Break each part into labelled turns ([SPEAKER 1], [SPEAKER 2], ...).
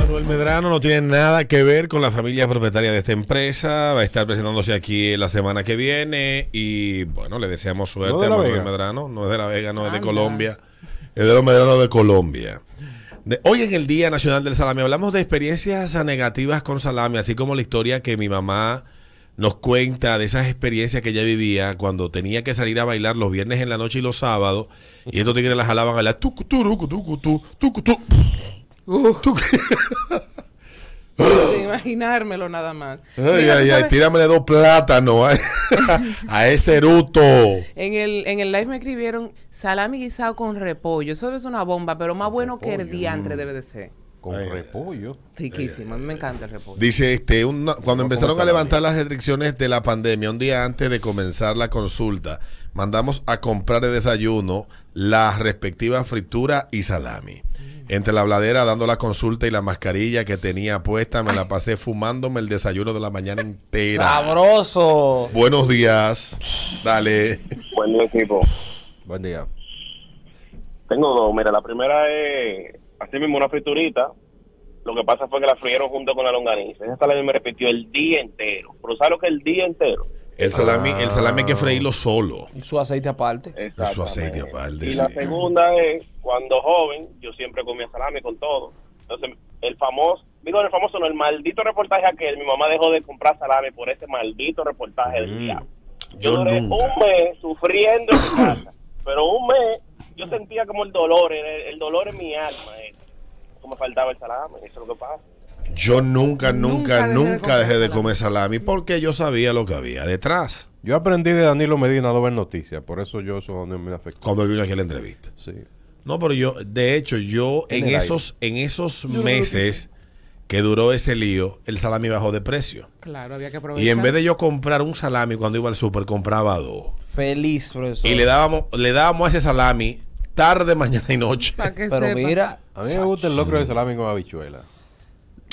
[SPEAKER 1] Manuel Medrano no tiene nada que ver con la familia propietaria de esta empresa. Va a estar presentándose aquí la semana que viene. Y bueno, le deseamos suerte
[SPEAKER 2] No de
[SPEAKER 1] a
[SPEAKER 2] La
[SPEAKER 1] Manuel
[SPEAKER 2] Vega.
[SPEAKER 1] Medrano. No es de La Vega, no es de
[SPEAKER 3] Anda.
[SPEAKER 1] Colombia. Es de los Medrano de Colombia. De- hoy en el Día Nacional del Salami hablamos de experiencias negativas con salami, así como la historia que mi mamá nos cuenta de esas experiencias que ella vivía cuando tenía que salir a bailar los viernes en la noche y los sábados y estos tigres la jalaban a la tucu, turucu, tucu, tu, tucu, tu. Tucu.
[SPEAKER 3] de imaginármelo nada más.
[SPEAKER 1] Ay,
[SPEAKER 3] Mira,
[SPEAKER 1] ay,
[SPEAKER 3] tú
[SPEAKER 1] ay,
[SPEAKER 3] sabes,
[SPEAKER 1] tíramele dos plátanos a, a ese eruto.
[SPEAKER 3] en el, en el live me escribieron salami guisado con repollo. Eso es una bomba, pero más bueno que el
[SPEAKER 2] repollo, mm.
[SPEAKER 3] diantre debe de ser.
[SPEAKER 2] Con
[SPEAKER 1] Ay, ay,
[SPEAKER 2] repollo.
[SPEAKER 3] Riquísimo, a mí me encanta el repollo.
[SPEAKER 1] Dice este, una- cuando
[SPEAKER 2] No
[SPEAKER 1] empezaron
[SPEAKER 2] como
[SPEAKER 1] a
[SPEAKER 2] salami.
[SPEAKER 1] levantar las restricciones de la pandemia, un día antes de comenzar la consulta, mandamos a comprar el desayuno las respectivas frituras y salami. Entre la bladera, dando la consulta y la mascarilla que tenía puesta, me la pasé fumándome el desayuno de la mañana entera.
[SPEAKER 4] Sabroso.
[SPEAKER 1] Buenos días. Dale.
[SPEAKER 5] Buen día, equipo.
[SPEAKER 2] Buen día.
[SPEAKER 5] Tengo dos. Mira, la primera es así mismo una friturita. Lo que pasa fue que la frieron junto con la longaniza. Esa salami me repitió el día entero. Pero ¿sabes lo que es el día entero?
[SPEAKER 1] El salami, el salami hay que freírlo solo.
[SPEAKER 4] Y Su aceite aparte.
[SPEAKER 1] Su aceite aparte,
[SPEAKER 5] Y la
[SPEAKER 1] sí.
[SPEAKER 5] segunda es, cuando joven, yo siempre comía salami con todo. Entonces, el famoso, digo el famoso, no, el maldito reportaje aquel, mi mamá dejó de comprar salami por ese maldito reportaje del diablo. Yo,
[SPEAKER 1] Yo
[SPEAKER 5] duré
[SPEAKER 1] nunca.
[SPEAKER 5] un mes sufriendo en mi casa, pero un mes yo sentía como el dolor, el, el dolor en mi alma. eh. Como faltaba el salami, eso es lo que pasa.
[SPEAKER 1] Yo nunca,
[SPEAKER 3] Nunca
[SPEAKER 1] nunca,
[SPEAKER 3] dejé de
[SPEAKER 1] nunca
[SPEAKER 3] comer
[SPEAKER 1] dejé de
[SPEAKER 3] salami.
[SPEAKER 1] comer salami porque yo sabía lo que había detrás
[SPEAKER 2] Yo aprendí de Danilo Medina a no ver noticias, por eso yo eso no me afectó.
[SPEAKER 1] cuando él vino aquí a la entrevista.
[SPEAKER 2] Sí.
[SPEAKER 1] No, pero yo, de hecho, yo en,
[SPEAKER 2] En el
[SPEAKER 1] esos, en esos
[SPEAKER 3] creo que
[SPEAKER 1] meses que duró ese lío, el salami bajó de precio.
[SPEAKER 3] Claro, había que aprovechar.
[SPEAKER 1] Y en vez de yo comprar un salami cuando iba al súper, compraba dos.
[SPEAKER 4] Feliz, profesor.
[SPEAKER 1] Y le dábamos, le dábamos a ese salami tarde, mañana y noche.
[SPEAKER 3] Para que
[SPEAKER 4] Pero
[SPEAKER 3] sepa.
[SPEAKER 4] mira,
[SPEAKER 2] A mí me gusta el locro de salami con habichuela.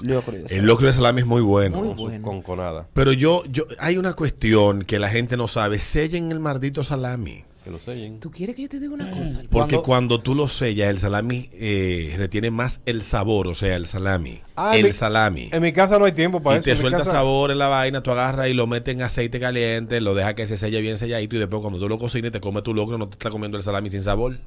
[SPEAKER 4] yo creo que
[SPEAKER 1] El locro de salami es muy bueno.
[SPEAKER 3] Muy
[SPEAKER 2] Con, su-
[SPEAKER 3] bueno.
[SPEAKER 2] con conada.
[SPEAKER 1] Pero yo, yo, hay una cuestión que la gente no sabe. Sellen el maldito salami.
[SPEAKER 2] Que lo sellen.
[SPEAKER 3] ¿Tú quieres que yo te diga una cosa?
[SPEAKER 1] Porque
[SPEAKER 4] Cuando-
[SPEAKER 1] cuando, tú lo sellas, el salami eh, retiene más el sabor, o sea, el salami.
[SPEAKER 2] Ah,
[SPEAKER 1] el
[SPEAKER 2] mi-
[SPEAKER 1] salami.
[SPEAKER 2] En mi casa no hay tiempo para
[SPEAKER 1] Y
[SPEAKER 2] eso.
[SPEAKER 1] te
[SPEAKER 2] en mi
[SPEAKER 1] suelta
[SPEAKER 2] casa-
[SPEAKER 1] sabor en la vaina, tú agarras y lo metes en aceite caliente, lo dejas que se selle bien selladito y después cuando tú lo cocines te comes tu locro, no te está comiendo el salami sin sabor.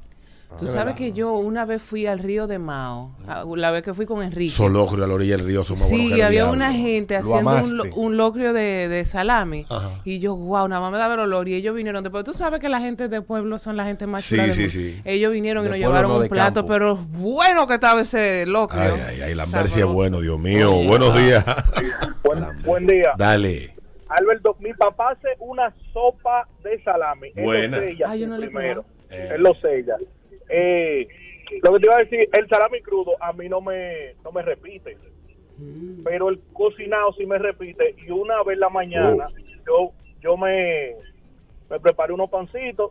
[SPEAKER 2] Ah,
[SPEAKER 3] Tú sabes que yo una vez fui al río de Mao, a- la vez que fui con Enrique.
[SPEAKER 1] Solocro a la orilla del río son más buenos que
[SPEAKER 3] Sí,
[SPEAKER 1] el
[SPEAKER 3] había
[SPEAKER 1] diablo.
[SPEAKER 3] una gente
[SPEAKER 2] Lo
[SPEAKER 3] haciendo un, lo-
[SPEAKER 2] amaste.
[SPEAKER 3] un locrio de, de salami.
[SPEAKER 1] Ajá.
[SPEAKER 3] Y yo, wow, nada más me daba el olor. Y ellos vinieron después. Tú sabes que la gente de pueblo son la gente más
[SPEAKER 1] Sí,
[SPEAKER 3] chula del
[SPEAKER 1] sí,
[SPEAKER 3] mundo.
[SPEAKER 1] sí.
[SPEAKER 3] Ellos vinieron y
[SPEAKER 2] De
[SPEAKER 3] nos
[SPEAKER 2] pueblo,
[SPEAKER 3] llevaron
[SPEAKER 2] no,
[SPEAKER 3] un
[SPEAKER 2] de
[SPEAKER 3] plato,
[SPEAKER 2] campo.
[SPEAKER 3] pero bueno que estaba ese locrio.
[SPEAKER 1] Ay, ay, ay, la Mercy es
[SPEAKER 3] Sabroso.
[SPEAKER 1] bueno, Dios mío. Buenos días.
[SPEAKER 6] Buen, buen día.
[SPEAKER 1] Dale.
[SPEAKER 6] Alberto, mi papá hace una sopa de salami.
[SPEAKER 1] Buena.
[SPEAKER 6] Él lo sella
[SPEAKER 3] Ah, yo no le he
[SPEAKER 6] primero.
[SPEAKER 1] probado.
[SPEAKER 6] Él lo sella. Eh, lo que te iba a decir, el salami crudo a mí no me, no me repite. Pero el cocinado sí me repite. Y una vez en la mañana yo, yo me, me preparé unos pancitos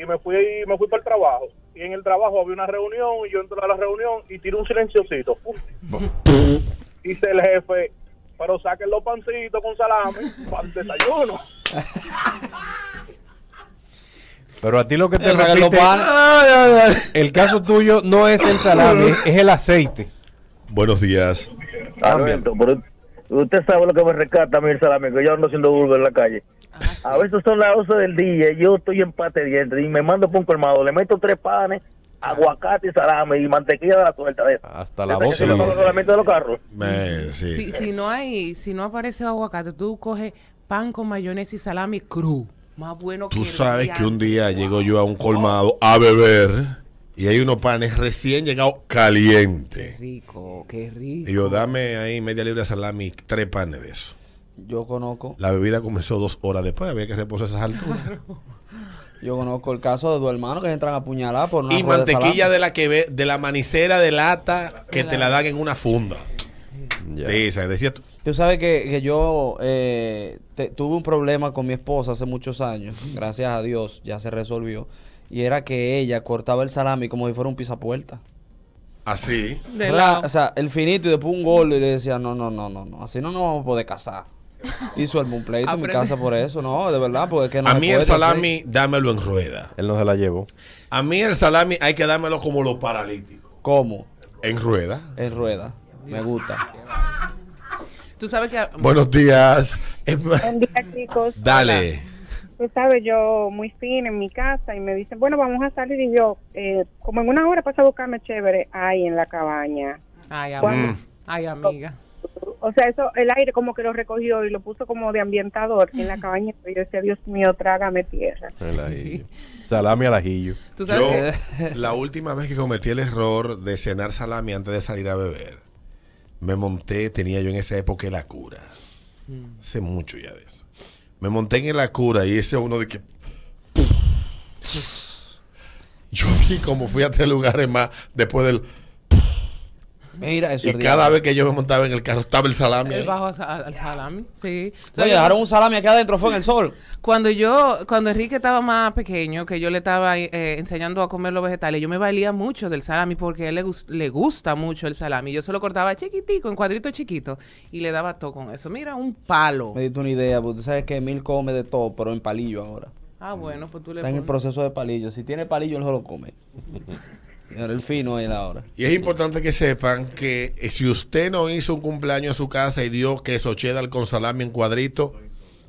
[SPEAKER 6] y me fui, me fui para el trabajo. Y en el trabajo había una reunión y yo entro a la reunión y tiro un silenciosito. Uf. Dice el jefe, pero saquen los pancitos con salami para el desayuno.
[SPEAKER 2] Pero a ti lo que te
[SPEAKER 4] Yo saqué los
[SPEAKER 2] repite,
[SPEAKER 4] panes.
[SPEAKER 2] el caso tuyo no es el salami, es el aceite.
[SPEAKER 1] Buenos días.
[SPEAKER 6] Ah,
[SPEAKER 7] Alberto, pero usted sabe lo que me rescata a mí el salami, que yo ando siendo vulgo en la calle. A veces son las 11 del día y yo estoy en pate dientes y me mando por un colmado, le meto tres panes, aguacate y salame y mantequilla de la suelta de esa.
[SPEAKER 2] Hasta la
[SPEAKER 7] Esa
[SPEAKER 2] voz
[SPEAKER 7] que
[SPEAKER 2] se
[SPEAKER 7] se
[SPEAKER 2] la
[SPEAKER 7] usa para los herramientas de los carros.
[SPEAKER 1] Me- eh, sí.
[SPEAKER 3] Si, si no hay, si no aparece aguacate, tú coges pan con mayonesa y salami cru. Más bueno que
[SPEAKER 1] Tú
[SPEAKER 3] el
[SPEAKER 1] sabes que
[SPEAKER 3] diablo.
[SPEAKER 1] un día llego yo a un colmado a beber y hay unos panes recién llegados
[SPEAKER 3] Qué
[SPEAKER 1] caliente.
[SPEAKER 3] rico, qué rico.
[SPEAKER 1] Y yo dame ahí media libra de salami y tres panes de eso.
[SPEAKER 4] Yo conozco,
[SPEAKER 1] La bebida comenzó dos horas después, había que reposar esas alturas.
[SPEAKER 4] yo conozco el caso de dos hermanos que se entran a apuñalar por una
[SPEAKER 1] y
[SPEAKER 4] rueda de
[SPEAKER 1] mantequilla
[SPEAKER 4] salami.
[SPEAKER 1] de la que ve, de la manicera de lata que te la dan en una funda.
[SPEAKER 2] Ya.
[SPEAKER 1] De esa, decía tú.
[SPEAKER 4] Tú sabes que, que yo eh, te- tuve un problema con mi esposa hace muchos años, gracias a Dios, ya se resolvió. Y era que ella cortaba el salami como si fuera un pisapuerta.
[SPEAKER 1] ¿Ah, Así.
[SPEAKER 3] De
[SPEAKER 4] Ra-
[SPEAKER 3] lado.
[SPEAKER 4] O sea, el finito y después un gol y le decía, no, no, no, no, no, así no nos vamos a poder casar. Hizo el pleito en mi
[SPEAKER 3] Aprende.
[SPEAKER 4] casa por eso, no, de verdad, porque es que no
[SPEAKER 1] A
[SPEAKER 4] se
[SPEAKER 1] mí el
[SPEAKER 4] puede hacer.
[SPEAKER 1] salami, dámelo en rueda.
[SPEAKER 2] Él no se la llevó.
[SPEAKER 1] A mí el salami hay que dármelo como los paralíticos.
[SPEAKER 4] ¿Cómo?
[SPEAKER 1] En rueda.
[SPEAKER 4] En rueda. Me gusta.
[SPEAKER 3] Tú sabes que...
[SPEAKER 1] Buenos días. Emma.
[SPEAKER 8] Buen día, chicos.
[SPEAKER 1] Dale.
[SPEAKER 8] Tú sabes, yo muy fin en mi casa y me dicen, bueno, vamos a salir. Y yo, eh, como en una hora pasa a buscarme chévere ahí en la cabaña.
[SPEAKER 3] Ay, amiga. Ay, amiga.
[SPEAKER 8] O sea, eso, el aire como que lo recogió y lo puso como de ambientador en la cabaña. Y yo decía, Dios mío, trágame tierra.
[SPEAKER 1] El ajillo.
[SPEAKER 2] Salame al ajillo.
[SPEAKER 3] Tú sabes
[SPEAKER 1] Yo,
[SPEAKER 3] que...
[SPEAKER 1] la última vez que cometí el error de cenar salami antes de salir a beber, me monté, tenía yo en esa época el Acura.
[SPEAKER 4] Mm.
[SPEAKER 1] Hace mucho ya de eso. Me monté en el Acura y ese uno de que. Yo vi como fui a tres lugares más después del.
[SPEAKER 4] Mira, eso
[SPEAKER 1] Y
[SPEAKER 4] es
[SPEAKER 1] cada
[SPEAKER 4] diablo.
[SPEAKER 1] vez que yo me montaba en el carro estaba el salami.
[SPEAKER 3] El
[SPEAKER 1] ahí.
[SPEAKER 3] bajo sa- al salami, sí. Tú sabes,
[SPEAKER 4] Oye, dejaron un salami aquí adentro, fue en el sol.
[SPEAKER 3] Cuando yo, cuando Enrique estaba más pequeño, que yo le estaba eh, enseñando a comer los vegetales, yo me valía mucho del salami porque a él le, gus- le gusta mucho el salami. Yo se lo cortaba chiquitico, en cuadritos chiquitos, y le daba todo con eso. Mira, un palo.
[SPEAKER 4] Me diste una idea, porque tú sabes que Emil come de todo, pero en palillo ahora.
[SPEAKER 3] Ah, bueno, pues tú le
[SPEAKER 4] Está en el
[SPEAKER 3] pones.
[SPEAKER 4] proceso de palillo. Si tiene palillo, él se lo come. Ahora el fino es la hora.
[SPEAKER 1] Y es importante que sepan que eh, si usted no hizo un cumpleaños en su casa y dio queso cheddar con salami en cuadrito,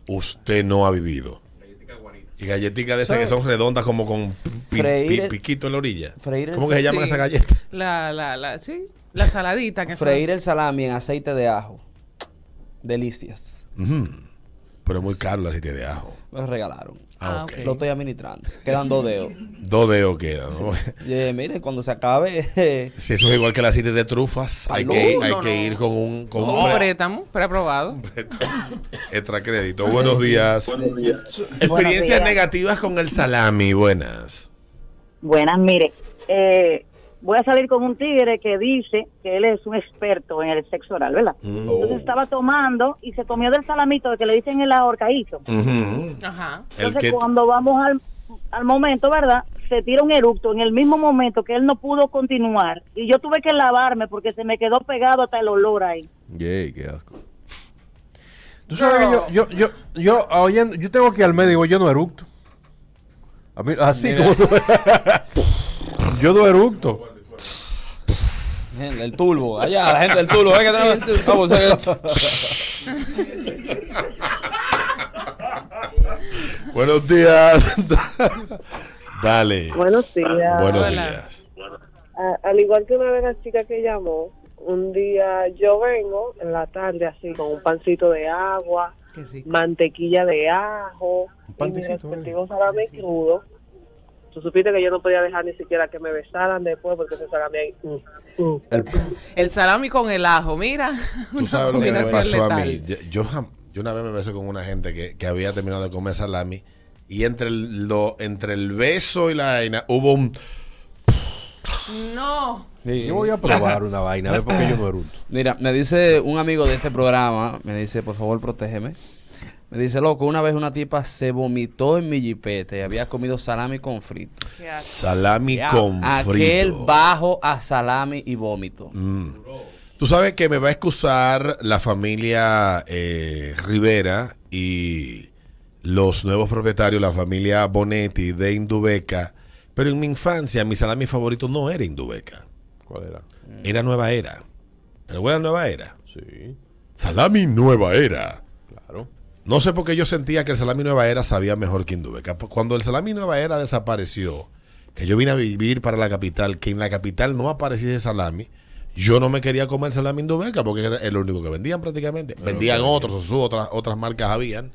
[SPEAKER 1] usted no ha vivido. Y galletitas de esas que son redondas como con pi-
[SPEAKER 4] Freír
[SPEAKER 1] pi-
[SPEAKER 4] el-
[SPEAKER 1] piquito en la orilla.
[SPEAKER 4] freír el
[SPEAKER 1] ¿Cómo que se llaman
[SPEAKER 3] Sí.
[SPEAKER 1] esas galletas?
[SPEAKER 3] La, la, la, sí, la saladita que
[SPEAKER 4] Freír el salami en aceite de ajo. Delicias.
[SPEAKER 1] Ujú. Pero es muy caro la sitio de ajo.
[SPEAKER 4] Me lo regalaron.
[SPEAKER 1] Ah,
[SPEAKER 3] Ah,
[SPEAKER 1] ok.
[SPEAKER 3] ok.
[SPEAKER 4] Lo estoy administrando. Quedan dos dedos.
[SPEAKER 1] Dos dedos quedan. ¿no?
[SPEAKER 4] Y, eh, mire, cuando se acabe, eh,
[SPEAKER 1] si eso es igual que la sitio de trufas, hay que,
[SPEAKER 3] Salud,
[SPEAKER 1] hay
[SPEAKER 3] no,
[SPEAKER 1] que
[SPEAKER 3] no.
[SPEAKER 1] ir con un, con
[SPEAKER 3] son
[SPEAKER 1] un
[SPEAKER 3] un
[SPEAKER 1] pre-
[SPEAKER 3] préstamo preaprobado.
[SPEAKER 1] extra crédito. Buenos días. Experiencias
[SPEAKER 8] días.
[SPEAKER 1] negativas con el salami. Buenas.
[SPEAKER 9] Buenas, mire, eh, voy a salir con un tigre que dice que él es un experto en el sexo oral, ¿verdad?
[SPEAKER 1] Oh.
[SPEAKER 9] Entonces estaba tomando y se comió del salamito que le dicen el ahorcadito.
[SPEAKER 1] Ujú.
[SPEAKER 3] Ajá.
[SPEAKER 1] El que
[SPEAKER 9] Entonces cuando vamos al, al momento, ¿verdad? Se tira un eructo en el mismo momento que él no pudo continuar y yo tuve que lavarme porque se me quedó pegado hasta el olor ahí.
[SPEAKER 2] Yay, qué asco. Tú sabes que yo, yo, yo, yo, oyendo- yo tengo que ir al médico, yo no eructo. A mí, así como tú. yo no eructo.
[SPEAKER 4] el, el turbo. Allá, la gente del turbo. Venga, tra- vamos, eh.
[SPEAKER 1] Buenos días. Dale.
[SPEAKER 10] Buenos días.
[SPEAKER 1] Buenos
[SPEAKER 3] Hola.
[SPEAKER 1] días.
[SPEAKER 10] A- al igual que una de las chicas que llamó, un día yo vengo en la tarde así con un pancito de agua,
[SPEAKER 3] Qué rico.
[SPEAKER 10] mantequilla de ajo,
[SPEAKER 2] Un
[SPEAKER 10] y mi
[SPEAKER 2] pantecito,
[SPEAKER 10] respectivo salami crudo. Tú supiste que yo no podía dejar ni siquiera que me besaran después porque ese salami ahí, mm, mm.
[SPEAKER 3] El salami con el ajo, mira.
[SPEAKER 1] Tú
[SPEAKER 3] una
[SPEAKER 1] sabes lo que me
[SPEAKER 3] combinación
[SPEAKER 1] pasó a mí.
[SPEAKER 3] letal.
[SPEAKER 1] Yo, yo jam- yo una vez me besé con una gente que, que había terminado de comer salami y entre el, lo, entre el beso y la vaina hubo un...
[SPEAKER 3] No.
[SPEAKER 2] Yo voy a probar una vaina, a ver por qué yo no eructo.
[SPEAKER 4] Mira, me dice un amigo de este programa, me dice, por favor, protégeme. Me dice, loco, una vez una tipa se vomitó en mi jipeta y había comido salami con frito.
[SPEAKER 3] Qué asco.
[SPEAKER 1] Salami con
[SPEAKER 4] Aquel
[SPEAKER 1] frito.
[SPEAKER 4] bajo a salami y vómito.
[SPEAKER 1] Mm. Tú sabes que me va a excusar la familia eh, Rivera y los nuevos propietarios, la familia Bonetti de Indubeca, pero en mi infancia mi salami favorito no era Indubeca,
[SPEAKER 2] ¿Cuál era?
[SPEAKER 1] era Nueva Era. ¿Te recuerdas Nueva Era?
[SPEAKER 2] Sí,
[SPEAKER 1] Salami Nueva Era.
[SPEAKER 2] claro.
[SPEAKER 1] No sé por qué yo sentía que el salami Nueva Era sabía mejor que Indubeca. Cuando el salami Nueva Era desapareció, que yo vine a vivir para la capital, que en la capital no aparecía ese salami, yo no me quería comer salami Indubeca porque era el único que vendían prácticamente. vendían otros, Osu, otras, otras marcas habían.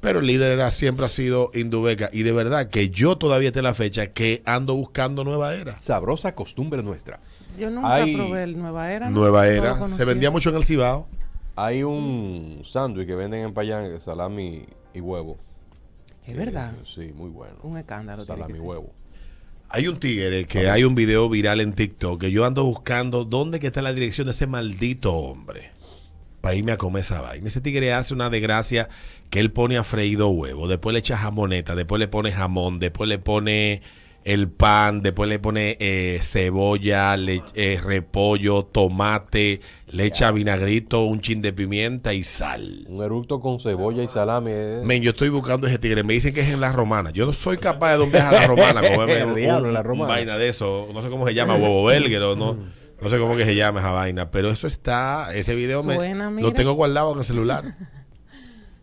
[SPEAKER 1] Pero el líder era, siempre ha sido Indubeca. Y de verdad que yo todavía te la fecha que ando buscando Nueva Era.
[SPEAKER 2] Sabrosa costumbre nuestra.
[SPEAKER 3] Yo nunca
[SPEAKER 2] Ay.
[SPEAKER 3] probé el Nueva Era. ¿no?
[SPEAKER 1] Nueva
[SPEAKER 3] No lo
[SPEAKER 1] Era. Se
[SPEAKER 3] conocía.
[SPEAKER 1] vendía mucho en el Cibao.
[SPEAKER 2] Hay un sándwich que venden en Payán, salami y huevo.
[SPEAKER 3] Es verdad.
[SPEAKER 2] Eh, sí, muy bueno.
[SPEAKER 3] Un escándalo. tiene
[SPEAKER 2] salami
[SPEAKER 3] que
[SPEAKER 2] y
[SPEAKER 3] ser.
[SPEAKER 2] huevo.
[SPEAKER 1] Hay un tigre que hay un video viral en TikTok que yo ando buscando dónde que está la dirección de ese maldito hombre. Para irme a comer esa vaina. Ese tigre hace una desgracia que él pone a freído huevo, después le echa jamoneta, después le pone jamón, después le pone el pan, después le pone eh, cebolla, le, eh, repollo, tomate, le echa vinagrito, un chin de pimienta y sal.
[SPEAKER 2] Un eructo con cebolla y salami. eh. es-
[SPEAKER 1] Men, yo estoy buscando ese tigre. Me dicen que es en la romana. Yo no soy capaz de dar un viaje a la romana. Comerme
[SPEAKER 2] El
[SPEAKER 1] un-
[SPEAKER 2] diablo,
[SPEAKER 1] un-
[SPEAKER 2] La
[SPEAKER 1] un
[SPEAKER 2] Romana.
[SPEAKER 1] vaina de eso. No sé cómo se llama, huevo belguero. No, No sé cómo que se llama esa vaina, pero eso está, ese video me-
[SPEAKER 3] Suena, mira.
[SPEAKER 1] lo tengo guardado en el celular.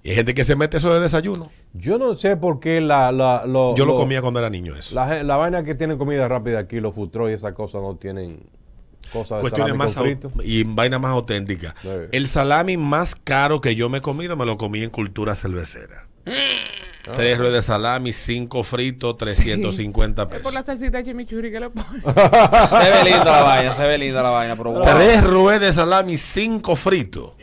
[SPEAKER 1] y hay gente que se mete eso de desayuno.
[SPEAKER 2] Yo no sé por qué la, la- lo-
[SPEAKER 1] Yo lo
[SPEAKER 2] lo-
[SPEAKER 1] comía cuando era niño eso.
[SPEAKER 2] La, la vaina que tienen comida rápida aquí, los futros y esas cosas no tienen cosas de
[SPEAKER 1] Cuestiones
[SPEAKER 2] Ah, salami con
[SPEAKER 1] Pues más au-
[SPEAKER 2] frito.
[SPEAKER 1] y vaina más auténtica.
[SPEAKER 2] Sí.
[SPEAKER 1] El salami más caro que yo me he comido me lo comí en cultura cervecera.
[SPEAKER 2] Ah.
[SPEAKER 1] Tres ruedas de salami, cinco fritos, 350
[SPEAKER 3] Es por
[SPEAKER 1] pesos.
[SPEAKER 3] la salsita de chimichurri que le ponen.
[SPEAKER 4] Se ve linda la vaina, se ve linda la vaina, pero wow.
[SPEAKER 1] Tres ruedas de salami, cinco fritos.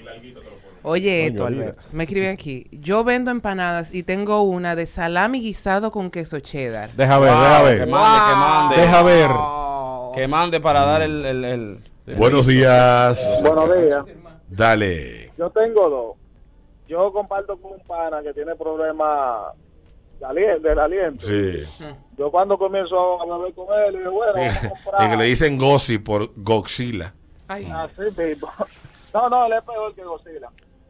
[SPEAKER 3] Oye, esto,
[SPEAKER 2] Coño,
[SPEAKER 3] Alberto. Me escribe aquí. Yo vendo empanadas y tengo una de salami guisado con queso cheddar.
[SPEAKER 2] Deja ver,
[SPEAKER 4] Wow,
[SPEAKER 2] deja
[SPEAKER 4] Que
[SPEAKER 2] ver.
[SPEAKER 4] mande, que mande.
[SPEAKER 2] Deja ver.
[SPEAKER 4] Que mande para dar el. el, el- el-
[SPEAKER 1] Buenos días.
[SPEAKER 6] Buenos días.
[SPEAKER 1] Dale.
[SPEAKER 6] Yo tengo dos. Yo comparto con un pana que tiene problemas de alien- del aliento.
[SPEAKER 1] Sí.
[SPEAKER 6] Yo cuando comienzo a beber con él, le digo, bueno, vamos a
[SPEAKER 1] El que
[SPEAKER 6] comprar.
[SPEAKER 1] le dicen Gozi por Goxila.
[SPEAKER 3] Ay,
[SPEAKER 6] Así mismo. Ah, No, no, él es peor que Godzilla.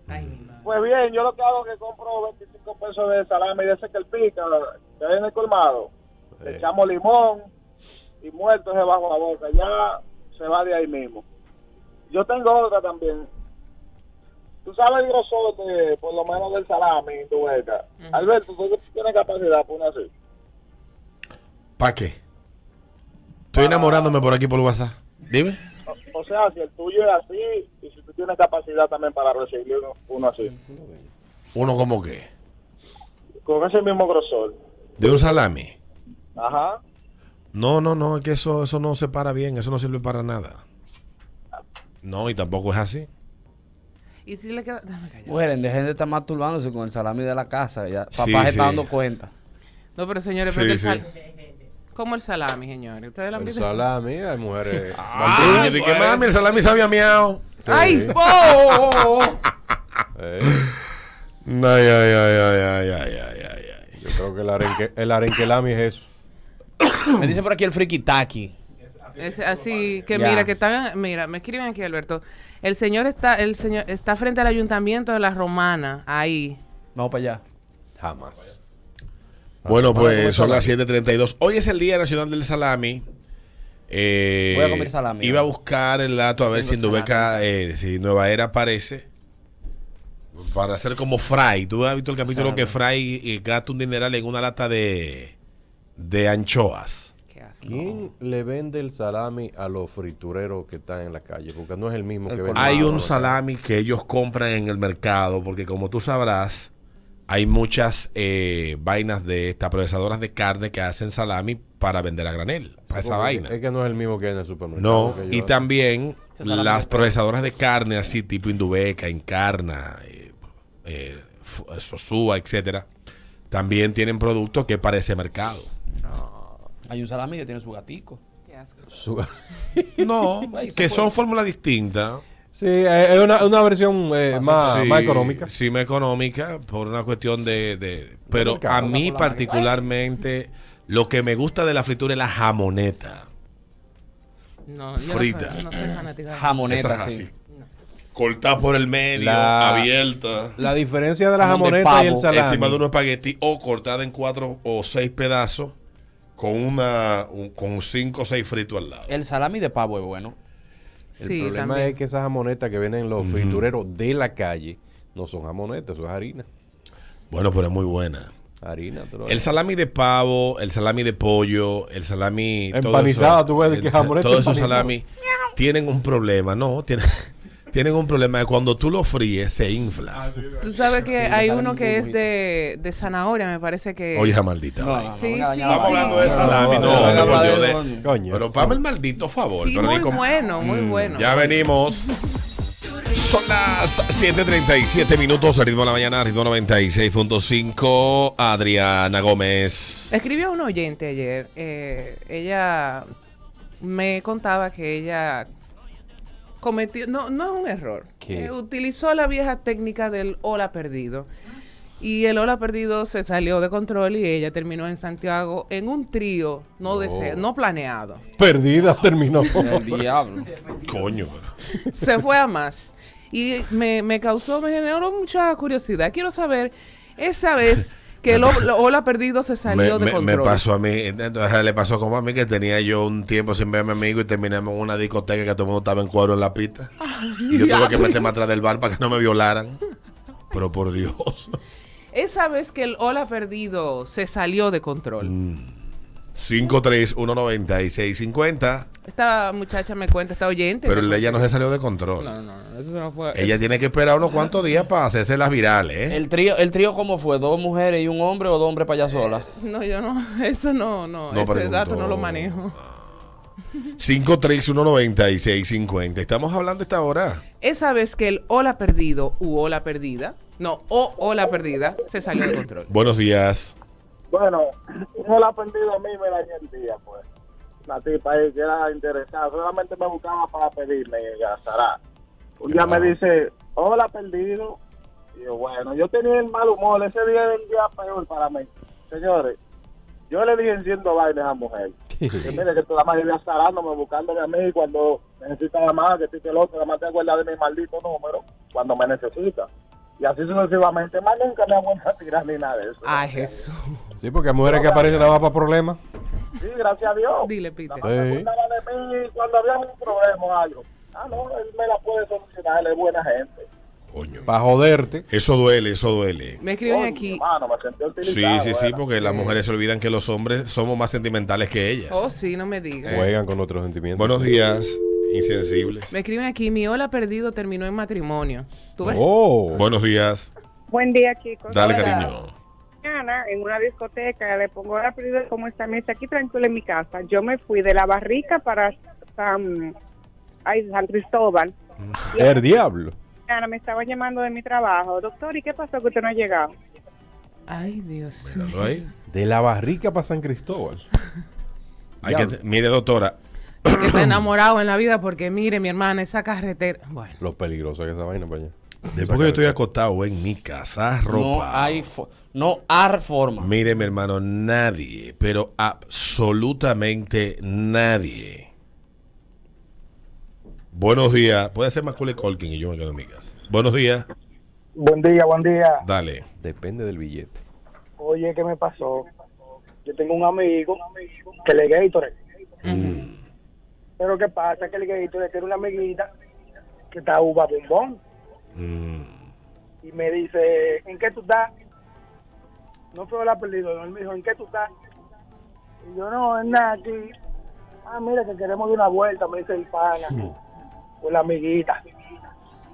[SPEAKER 3] ay, mi madre.
[SPEAKER 6] Pues bien, yo lo que hago es que compro 25 pesos de salami de ese que el pica, que hay en el colmado. Le echamos limón y muerto se bajo la boca. Ya se va de ahí mismo. Yo tengo otra también. Tú sabes el grosor de, por lo menos del salami en tu boca. Alberto, ¿tú tienes capacidad para una así?
[SPEAKER 1] ¿Para qué? Estoy enamorándome por aquí por WhatsApp. Dime.
[SPEAKER 6] O, o sea, si el tuyo es así y si tú tienes capacidad también para recibir uno, uno así.
[SPEAKER 1] Uno como qué.
[SPEAKER 6] Con ese mismo grosor.
[SPEAKER 1] De un salami.
[SPEAKER 6] Ajá.
[SPEAKER 1] No, no, no, es que eso, eso no se para bien, eso no sirve para nada. No, y tampoco es así.
[SPEAKER 3] Y si le queda. Dame callar.
[SPEAKER 4] Mujeres, dejen de estar masturbándose con el salami de la casa. Ya, papá
[SPEAKER 1] Sí,
[SPEAKER 4] se
[SPEAKER 1] sí.
[SPEAKER 4] está dando cuenta.
[SPEAKER 3] No, pero señores,
[SPEAKER 1] Sí,
[SPEAKER 3] pero que el
[SPEAKER 1] sí.
[SPEAKER 3] sal... ¿Cómo el salami, señores? ¿Ustedes lo han
[SPEAKER 2] El
[SPEAKER 3] visto?
[SPEAKER 2] salami, hay mujeres.
[SPEAKER 1] y Eh, yo dije, mami, el salami sabía miau.
[SPEAKER 3] pues. ¡Ay, po!
[SPEAKER 2] Eh,
[SPEAKER 1] Ay, ay, ay, ay, ay, ay, ay, ay, ay.
[SPEAKER 2] yo creo que el, arenque, el arenquelami es eso.
[SPEAKER 4] Me dice por aquí el friki taki.
[SPEAKER 3] Es así que
[SPEAKER 4] Ya.
[SPEAKER 3] mira que están, mira, me escriben aquí Alberto. El señor está, el señor está frente al ayuntamiento de la Romana, ahí.
[SPEAKER 4] Vamos para allá.
[SPEAKER 2] Jamás.
[SPEAKER 1] Bueno,
[SPEAKER 2] comer
[SPEAKER 1] pues son
[SPEAKER 2] salami.
[SPEAKER 1] las 7:32. Hoy es el Día Nacional del Salami. Eh,
[SPEAKER 4] Voy a comer salami,
[SPEAKER 1] Iba a
[SPEAKER 4] ¿no?
[SPEAKER 1] buscar el dato a ver si
[SPEAKER 3] Tengo
[SPEAKER 1] Indubeca, eh, si Nueva Era aparece. Para hacer como Fry. Tú has visto el capítulo
[SPEAKER 4] Salami.
[SPEAKER 1] que Fry eh, gasta un dineral en una lata de, de anchoas.
[SPEAKER 3] Qué asco.
[SPEAKER 2] ¿Quién le vende el salami a los fritureros que están en la calle? Porque no es el mismo
[SPEAKER 4] El
[SPEAKER 2] que vende.
[SPEAKER 1] Hay
[SPEAKER 2] en la
[SPEAKER 1] un
[SPEAKER 2] calle.
[SPEAKER 1] salami que ellos compran en el mercado, porque como tú sabrás, hay muchas eh, vainas de estas procesadoras de carne que hacen salami para vender a granel, para esa
[SPEAKER 2] Porque
[SPEAKER 1] vaina.
[SPEAKER 2] Es que no es el mismo que hay en el supermercado.
[SPEAKER 1] Pues No,
[SPEAKER 2] que yo-
[SPEAKER 1] y también
[SPEAKER 4] Ese salami
[SPEAKER 1] las
[SPEAKER 4] de perro.
[SPEAKER 1] procesadoras de carne, así tipo Indubeca, Encarna, eh, eh, F- Sosúa, etcétera, también tienen productos que para ese mercado.
[SPEAKER 4] Hay un salami que tiene su gatico.
[SPEAKER 3] Qué asco.
[SPEAKER 2] Su-
[SPEAKER 1] No,
[SPEAKER 4] Ahí se
[SPEAKER 1] que
[SPEAKER 4] puede.
[SPEAKER 1] son fórmulas distintas.
[SPEAKER 2] Sí, eh, es una, una versión eh, más,
[SPEAKER 1] Sí,
[SPEAKER 2] más económica.
[SPEAKER 1] Sí, más económica, por una cuestión de... de- pero
[SPEAKER 2] mercado,
[SPEAKER 1] a
[SPEAKER 2] una
[SPEAKER 1] mí
[SPEAKER 4] por la
[SPEAKER 1] particularmente, lo que me gusta de la fritura es la jamoneta.
[SPEAKER 3] No, yo no
[SPEAKER 1] Frita.
[SPEAKER 3] soy- No soy, fanática. de-
[SPEAKER 4] Jamoneta,
[SPEAKER 1] Esa es
[SPEAKER 4] sí.
[SPEAKER 1] así. Cortada por el medio,
[SPEAKER 2] La-
[SPEAKER 1] abierta,
[SPEAKER 2] La diferencia de la
[SPEAKER 4] Jamón de
[SPEAKER 2] jamoneta y
[SPEAKER 4] pavo.
[SPEAKER 2] el salami.
[SPEAKER 1] encima de unos espagueti o cortada en cuatro o seis pedazos con una un- con cinco o seis fritos al lado.
[SPEAKER 4] El salami de pavo es bueno.
[SPEAKER 2] El
[SPEAKER 3] Sí,
[SPEAKER 2] problema
[SPEAKER 3] también.
[SPEAKER 2] es que esas jamonetas que venden los fritureros de la calle no son jamonetas, eso es harina.
[SPEAKER 1] Bueno, pero es muy buena.
[SPEAKER 2] Harina, te lo
[SPEAKER 1] El salami de pavo, el salami de pollo, el salami... todo
[SPEAKER 2] Empanizada,
[SPEAKER 1] eso,
[SPEAKER 2] tú ves de que
[SPEAKER 1] el-
[SPEAKER 2] jamoneta
[SPEAKER 1] Todos esos
[SPEAKER 2] empanizada.
[SPEAKER 1] salami tienen un problema, ¿no? Tienen, tienen un problema de cuando tú lo fríes se infla.
[SPEAKER 3] Tú sabes que hay
[SPEAKER 4] salen
[SPEAKER 3] uno que
[SPEAKER 4] muy
[SPEAKER 3] es de, de zanahoria, me parece que.
[SPEAKER 1] Oye, esa maldita. vaina.
[SPEAKER 3] Sí, sí, Ah,
[SPEAKER 1] Estamos
[SPEAKER 3] sí.
[SPEAKER 1] hablando de
[SPEAKER 2] No,
[SPEAKER 1] salami,
[SPEAKER 2] no,
[SPEAKER 1] no,
[SPEAKER 2] no,
[SPEAKER 1] hombre,
[SPEAKER 2] no,
[SPEAKER 1] por
[SPEAKER 4] no,
[SPEAKER 1] Dios, de-
[SPEAKER 4] no, no.
[SPEAKER 2] Coño.
[SPEAKER 1] Pero pame el maldito favor.
[SPEAKER 3] sí,
[SPEAKER 1] pero
[SPEAKER 3] muy
[SPEAKER 1] ni con-
[SPEAKER 3] bueno, muy bueno.
[SPEAKER 1] Ya venimos. Son las 7:37 minutos, ritmo de la mañana, ritmo 96.5. Adriana Gómez.
[SPEAKER 3] Escribió un oyente ayer. eh, ella me contaba que ella cometió, no, no es un error,
[SPEAKER 2] ¿Qué?
[SPEAKER 3] Eh, utilizó la vieja técnica del hola perdido. Y el hola perdido se salió de control y ella terminó en Santiago en un trío no,
[SPEAKER 1] Oh.
[SPEAKER 3] dese- no planeado.
[SPEAKER 2] Perdida terminó.
[SPEAKER 4] El diablo.
[SPEAKER 1] Coño.
[SPEAKER 3] se fue a más. Y me, me causó, me generó mucha curiosidad. Quiero saber, esa vez, que lo, lo- o la perdido se salió
[SPEAKER 1] me,
[SPEAKER 3] de
[SPEAKER 1] me- me
[SPEAKER 3] control.
[SPEAKER 1] pasó a mí, entonces le pasó como a mí que tenía yo un tiempo sin verme amigo y terminamos en una discoteca que todo el mundo estaba en cuadro en la pista. Y yo tuve que meterme atrás del bar para que no me violaran. Pero por Dios.
[SPEAKER 3] Esa vez que el hola perdido se salió de control.
[SPEAKER 1] 5319650.
[SPEAKER 3] Esta muchacha me cuenta, esta oyente.
[SPEAKER 1] Pero
[SPEAKER 3] me
[SPEAKER 1] el de ella no
[SPEAKER 3] cuenta.
[SPEAKER 1] se salió de control.
[SPEAKER 4] No, no, no, eso no fue.
[SPEAKER 1] Ella tiene que esperar unos cuantos días para hacerse las virales. ¿eh?
[SPEAKER 4] ¿El trío, el trío cómo fue? ¿Dos mujeres y un hombre o dos hombres para allá sola?
[SPEAKER 3] No, yo no, eso no, no,
[SPEAKER 1] No
[SPEAKER 3] ese
[SPEAKER 1] preguntó.
[SPEAKER 3] dato no lo manejo.
[SPEAKER 1] 5319650. Estamos hablando esta hora.
[SPEAKER 3] Esa vez que el hola perdido u hola perdida, no, o hola perdida, se salió de control.
[SPEAKER 1] Buenos días.
[SPEAKER 6] Bueno, no la ha perdido a mí, me dañé el día, pues. La tipa ahí que era interesada, solamente me buscaba para pedirme gastará. Un
[SPEAKER 11] Ah.
[SPEAKER 6] día me dice, hola, perdido. Y yo, bueno, yo tenía el mal humor, ese día era el día peor para mí. Señores, yo le dije enciendo vainas a mujer. Que mire, que tú la mayoría zarándome, buscándome a mí cuando necesita más, que estoy que el otro, nada más te acuerdas de mi maldito número cuando me necesita. Y así sucesivamente, más nunca me ha vuelto a tirar ni nada de eso.
[SPEAKER 3] Ah, Jesús.
[SPEAKER 2] Sí, porque hay mujeres que aparecen nada más para problemas.
[SPEAKER 6] Sí, gracias a Dios.
[SPEAKER 3] Dile, Peter.
[SPEAKER 2] Sí.
[SPEAKER 6] Se acordaba de mí cuando había un problema o algo. Ah, no, él me la puede solucionar, él es buena gente.
[SPEAKER 1] Coño.
[SPEAKER 2] Para joderte.
[SPEAKER 1] Eso duele, eso duele.
[SPEAKER 3] Me escriben
[SPEAKER 6] Coño,
[SPEAKER 3] aquí.
[SPEAKER 6] Hermano, me sentí
[SPEAKER 1] Sí,
[SPEAKER 6] utilizado.
[SPEAKER 1] sí, sí,
[SPEAKER 6] era.
[SPEAKER 1] porque las mujeres se olvidan que los hombres somos más sentimentales que ellas.
[SPEAKER 3] Oh, sí, no me digas.
[SPEAKER 2] Juegan con otros sentimientos.
[SPEAKER 1] Buenos días, insensibles.
[SPEAKER 3] Me escriben aquí, mi hola perdido terminó en matrimonio. ¿Tú
[SPEAKER 4] Pues.
[SPEAKER 3] ves?
[SPEAKER 2] Oh.
[SPEAKER 1] Buenos días.
[SPEAKER 8] Buen día, chicos.
[SPEAKER 1] Dale,
[SPEAKER 3] Hola.
[SPEAKER 1] cariño.
[SPEAKER 8] mañana en una discoteca, le pongo la perdida como esta mesa aquí tranquila en mi casa. Yo me fui de la barrica para San, ay, San Cristóbal.
[SPEAKER 2] El diablo.
[SPEAKER 8] Mañana me estaba llamando de mi trabajo. Doctor, ¿y qué pasó que usted no ha llegado?
[SPEAKER 3] Ay, Dios mío.
[SPEAKER 1] Míralo ahí.
[SPEAKER 2] De la barrica para San Cristóbal.
[SPEAKER 1] Hay que- mire, doctora,
[SPEAKER 3] Que está enamorado en la vida porque mire, mi hermana, esa carretera. Bueno,
[SPEAKER 2] Lo peligroso que es esa vaina para allá.
[SPEAKER 1] después que yo estoy acostado en mi casa,
[SPEAKER 4] No
[SPEAKER 1] ropa.
[SPEAKER 4] hay, fo- no hay forma.
[SPEAKER 1] Mire, mi hermano, nadie, pero absolutamente nadie. Buenos días. Puede ser Macaulay Colkin y yo me quedo en mi casa. Buenos días.
[SPEAKER 6] Buen día, buen día.
[SPEAKER 1] Dale.
[SPEAKER 2] Depende del billete.
[SPEAKER 6] Oye, ¿qué me pasó? Yo tengo un amigo que le Gatorade. Pero ¿qué pasa? Que el Gatorade tiene una amiguita que está uva bombón.
[SPEAKER 1] Mm.
[SPEAKER 6] Y me dice, ¿en qué tú estás? No fue la perdido, no, él me dijo, ¿en qué tú estás? Y yo, no, en nada aquí. Ah, mira, que queremos de una vuelta, me dice el pana, con la amiguita.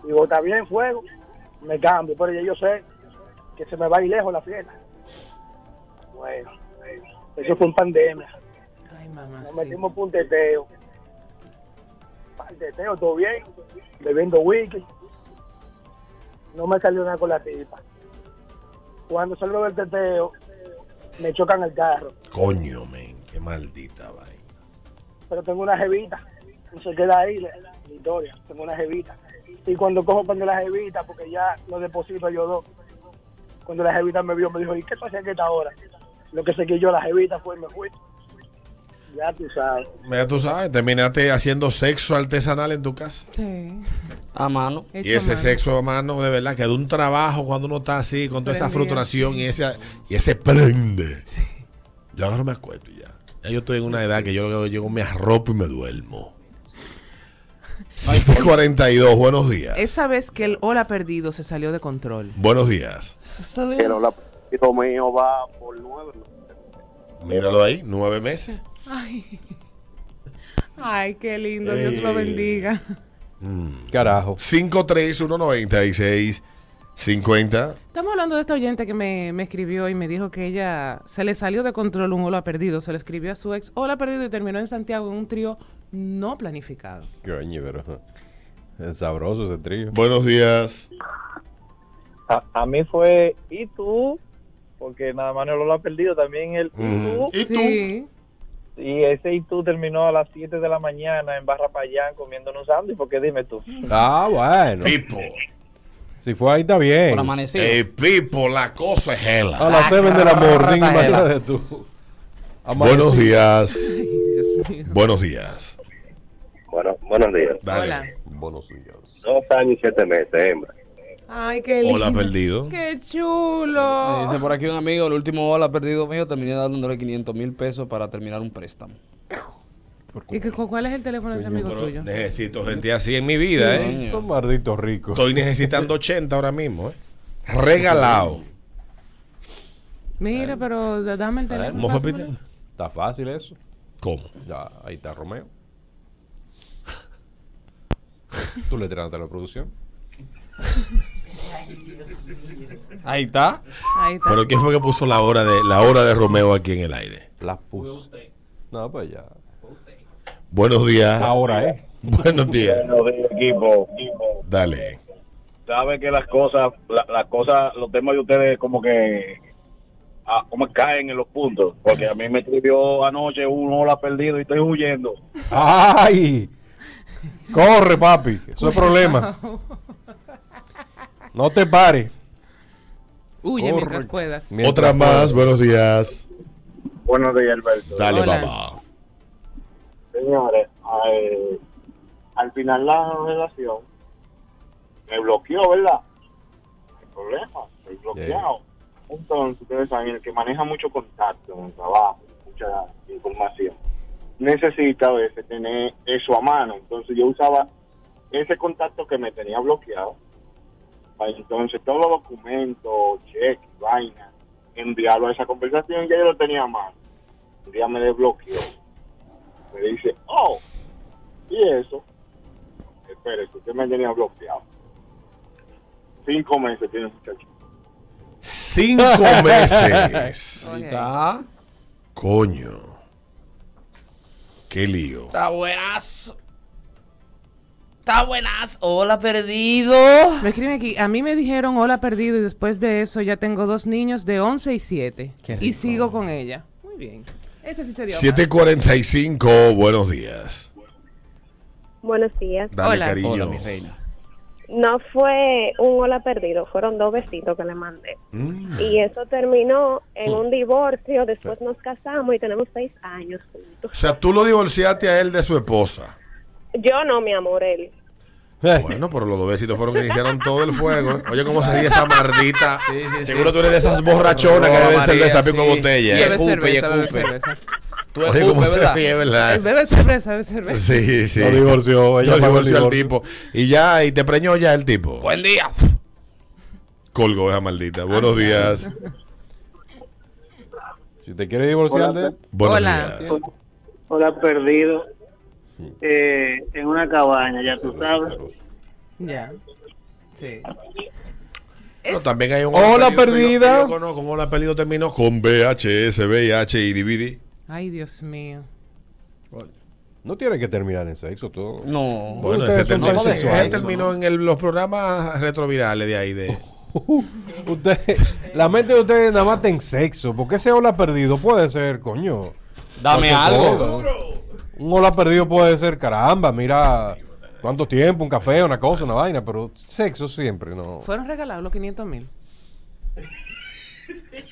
[SPEAKER 6] Digo, está bien, fuego, me cambio, pero ya yo sé que se me va a ir lejos la fiesta. Bueno, eso fue en pandemia.
[SPEAKER 3] ay, mamá.
[SPEAKER 6] Nos metimos por un teteo. Pa'l teteo, todo bien. Bebiendo whisky. No me salió nada con la tipa. Cuando salgo del teteo, me chocan el carro.
[SPEAKER 1] Coño, men, qué maldita vaina.
[SPEAKER 6] Pero tengo una jevita. No se queda ahí la, la historia. Tengo una jevita. Y cuando cojo cuando la jevita, porque ya lo deposito yo dos. Cuando la jevita me vio, me dijo, ¿y qué pasa que esta hora? Lo que se yo la jevita fue y me fui. Ya tú sabes.
[SPEAKER 1] Mira, tú sabes, terminaste haciendo sexo artesanal en tu casa.
[SPEAKER 3] Sí.
[SPEAKER 4] A mano.
[SPEAKER 3] Hecho
[SPEAKER 1] Y ese
[SPEAKER 3] mano.
[SPEAKER 1] sexo a mano, de verdad, que de un trabajo cuando uno está así, con toda esa
[SPEAKER 3] Prendido,
[SPEAKER 1] frustración y, ese, y ese prende. Yo ahora me acuerdo y ya. Ya yo estoy en una edad que yo lo que llego, me arropo y me duermo. 542, buenos días.
[SPEAKER 3] Esa vez que el hola perdido se salió de control.
[SPEAKER 1] Buenos días.
[SPEAKER 6] Pero la hijo mío va por nueve.
[SPEAKER 1] Míralo ahí, nueve meses.
[SPEAKER 3] Ay. Ay, qué lindo. Dios lo
[SPEAKER 1] Eh.
[SPEAKER 3] bendiga.
[SPEAKER 1] Mm.
[SPEAKER 2] Carajo.
[SPEAKER 1] 53196 50.
[SPEAKER 3] Estamos hablando de esta oyente que me, me escribió y me dijo que ella se le salió de control un hola perdido. Se le escribió a su ex hola perdido y terminó en Santiago en un trío no planificado.
[SPEAKER 2] Coño, pero. Es sabroso ese trío.
[SPEAKER 1] Buenos días.
[SPEAKER 12] A, a mí fue, ¿y tú? Porque nada más no lo ha perdido también el ¿y
[SPEAKER 1] Mm.
[SPEAKER 12] tú?
[SPEAKER 1] ¿Y tú?
[SPEAKER 3] sí.
[SPEAKER 12] Y ese ¿y tú? terminó a las 7 de la mañana en Barra Payán comiéndonos sándwich, porque dime tú.
[SPEAKER 2] Ah, bueno.
[SPEAKER 1] Pipo.
[SPEAKER 2] Si fue ahí, está bien.
[SPEAKER 4] Por amanecido.
[SPEAKER 1] Eh, Pipo, la cosa es hela.
[SPEAKER 2] A las 7 de la morning, imagínate tú.
[SPEAKER 1] Buenos días.
[SPEAKER 3] Ay, Dios mío.
[SPEAKER 1] Buenos días.
[SPEAKER 7] Bueno, buenos días.
[SPEAKER 1] Dale.
[SPEAKER 3] Hola.
[SPEAKER 2] Buenos días.
[SPEAKER 7] Dos años y siete meses, hembra.
[SPEAKER 3] Ay, qué lindo.
[SPEAKER 4] Hola perdido. Eh,
[SPEAKER 3] Qué chulo.
[SPEAKER 4] Me dice por aquí un amigo, el último hola perdido mío, terminé dándole 500 mil pesos para terminar un préstamo.
[SPEAKER 3] ¿Y que, cu- cuál es el teléfono de ese amigo
[SPEAKER 1] Pero
[SPEAKER 3] tuyo?
[SPEAKER 1] necesito gente así en mi vida, ¿eh?
[SPEAKER 2] Estos malditos ricos.
[SPEAKER 1] Estoy necesitando 80 ahora mismo, ¿eh? Regalado.
[SPEAKER 3] Mira, pero da- dame el teléfono.
[SPEAKER 2] ¿Cómo fue,
[SPEAKER 3] pásamelo.
[SPEAKER 2] Peter? Está fácil eso.
[SPEAKER 1] ¿Cómo?
[SPEAKER 2] Ya, ahí está Romeo. Tú le tiraste a la producción.
[SPEAKER 4] Ahí está.
[SPEAKER 3] Ahí está.
[SPEAKER 1] Pero ¿quién fue que puso la hora de la hora de Romeo aquí en el aire?
[SPEAKER 2] Las puso. No, pues ya.
[SPEAKER 1] Buenos
[SPEAKER 13] Ah.
[SPEAKER 1] días.
[SPEAKER 2] Ahora, ¿eh?
[SPEAKER 1] Buenos días.
[SPEAKER 14] Buenos días, equipo.
[SPEAKER 1] Dale.
[SPEAKER 14] Sabe que las cosas, la- las cosas, los temas de ustedes como que ah, como caen en los puntos. Porque a mí me escribió anoche un hola perdido y estoy huyendo.
[SPEAKER 2] ¡Ay! Corre, papi. Eso es problema. No te pares.
[SPEAKER 3] Huye mientras
[SPEAKER 2] Correcto.
[SPEAKER 3] puedas.
[SPEAKER 2] Mientras
[SPEAKER 1] Otra más, buenos días.
[SPEAKER 14] Buenos días, Alberto.
[SPEAKER 1] Dale,
[SPEAKER 3] Hola.
[SPEAKER 1] papá.
[SPEAKER 14] Señores, eh, al final la relación me bloqueó, ¿verdad? No hay problema, estoy bloqueado. Entonces, ustedes saben, el que maneja mucho contacto en el trabajo, mucha información, necesita a veces tener eso a mano. Entonces, yo usaba ese contacto que me tenía bloqueado. para Entonces, todos los documentos, cheques, vainas, enviarlo a esa conversación, ya yo lo tenía a mano. Un día me desbloqueó me dice, oh, ¿y eso? Espérese, usted me tenía bloqueado. Cinco meses tiene el muchacho.
[SPEAKER 1] Cinco meses.
[SPEAKER 4] Ahí está.
[SPEAKER 1] Coño. Qué lío.
[SPEAKER 4] Está buenazo. Está buenazo. Hola perdido.
[SPEAKER 3] Me escriben aquí, a mí me dijeron hola perdido y después de eso ya tengo dos niños de 11 y 7. Y sigo con ella. Muy bien. Ese sí se dio.
[SPEAKER 1] 745, buenos días.
[SPEAKER 15] Buenos días.
[SPEAKER 1] Dale, cariño.
[SPEAKER 4] Hola, mi reina.
[SPEAKER 15] No fue un hola perdido, fueron dos besitos que le mandé.
[SPEAKER 1] Mm.
[SPEAKER 15] Y eso terminó en un divorcio, después nos casamos y tenemos seis años
[SPEAKER 1] O
[SPEAKER 15] juntos.
[SPEAKER 1] sea, tú lo divorciaste a él de su esposa.
[SPEAKER 15] Yo no, mi amor, él.
[SPEAKER 1] Bueno, pero los dos besitos fueron que hicieron todo el fuego. ¿eh? Oye, cómo se ríe esa mardita. Seguro tú eres de esas borrachonas que
[SPEAKER 4] Roba
[SPEAKER 1] deben ser de
[SPEAKER 4] María,
[SPEAKER 1] sapico con
[SPEAKER 4] sí.
[SPEAKER 1] botella.
[SPEAKER 4] Y
[SPEAKER 1] ¿eh?
[SPEAKER 4] el-
[SPEAKER 3] Bebe
[SPEAKER 4] Escupe y
[SPEAKER 3] cerveza, bebe
[SPEAKER 4] escupe.
[SPEAKER 3] cerveza.
[SPEAKER 4] Tú
[SPEAKER 1] Oye,
[SPEAKER 4] escupe,
[SPEAKER 1] cómo se
[SPEAKER 4] ¿verdad?
[SPEAKER 1] ríe,
[SPEAKER 3] Ay,
[SPEAKER 1] ¿verdad?
[SPEAKER 3] Bebe cerveza, bebe cerveza.
[SPEAKER 1] Sí, sí.
[SPEAKER 2] Lo divorció. Ella
[SPEAKER 1] Lo
[SPEAKER 2] pagó el
[SPEAKER 1] divorció al
[SPEAKER 2] divorcio.
[SPEAKER 1] tipo. Y ya, y te preñó ya el tipo.
[SPEAKER 4] Buen día. Ah,
[SPEAKER 1] Colgó esa maldita. Buenos días.
[SPEAKER 2] Si te quieres divorciar
[SPEAKER 14] Hola,
[SPEAKER 2] de él,
[SPEAKER 1] Buenos
[SPEAKER 3] Hola.
[SPEAKER 1] días.
[SPEAKER 14] Hola, perdido. Eh, en una cabaña, ya tú sabes.
[SPEAKER 3] Ya. Sí.
[SPEAKER 1] No, también hay un
[SPEAKER 2] Hola,
[SPEAKER 1] que
[SPEAKER 2] perdida.
[SPEAKER 1] yo conozco, un hola perdido terminó con VHS, VIH y DVD.
[SPEAKER 3] Ay, Dios mío.
[SPEAKER 2] no tiene que terminar en sexo todo.
[SPEAKER 4] No.
[SPEAKER 1] Bueno,
[SPEAKER 2] Ustedes
[SPEAKER 1] ese
[SPEAKER 2] son
[SPEAKER 1] terminó,
[SPEAKER 4] todos
[SPEAKER 1] ese
[SPEAKER 4] sexuales,
[SPEAKER 1] terminó en el- los programas retrovirales de ahí. De,
[SPEAKER 2] Usted, la mente de ustedes nada más está en sexo. Porque ese hola perdido puede ser, coño.
[SPEAKER 4] Dame
[SPEAKER 2] cualquier
[SPEAKER 4] algo.
[SPEAKER 2] cosa. Un hola perdido puede ser, caramba, mira cuánto tiempo, un café, una cosa, una vaina, pero sexo siempre, no.
[SPEAKER 3] Fueron regalados los 500 mil.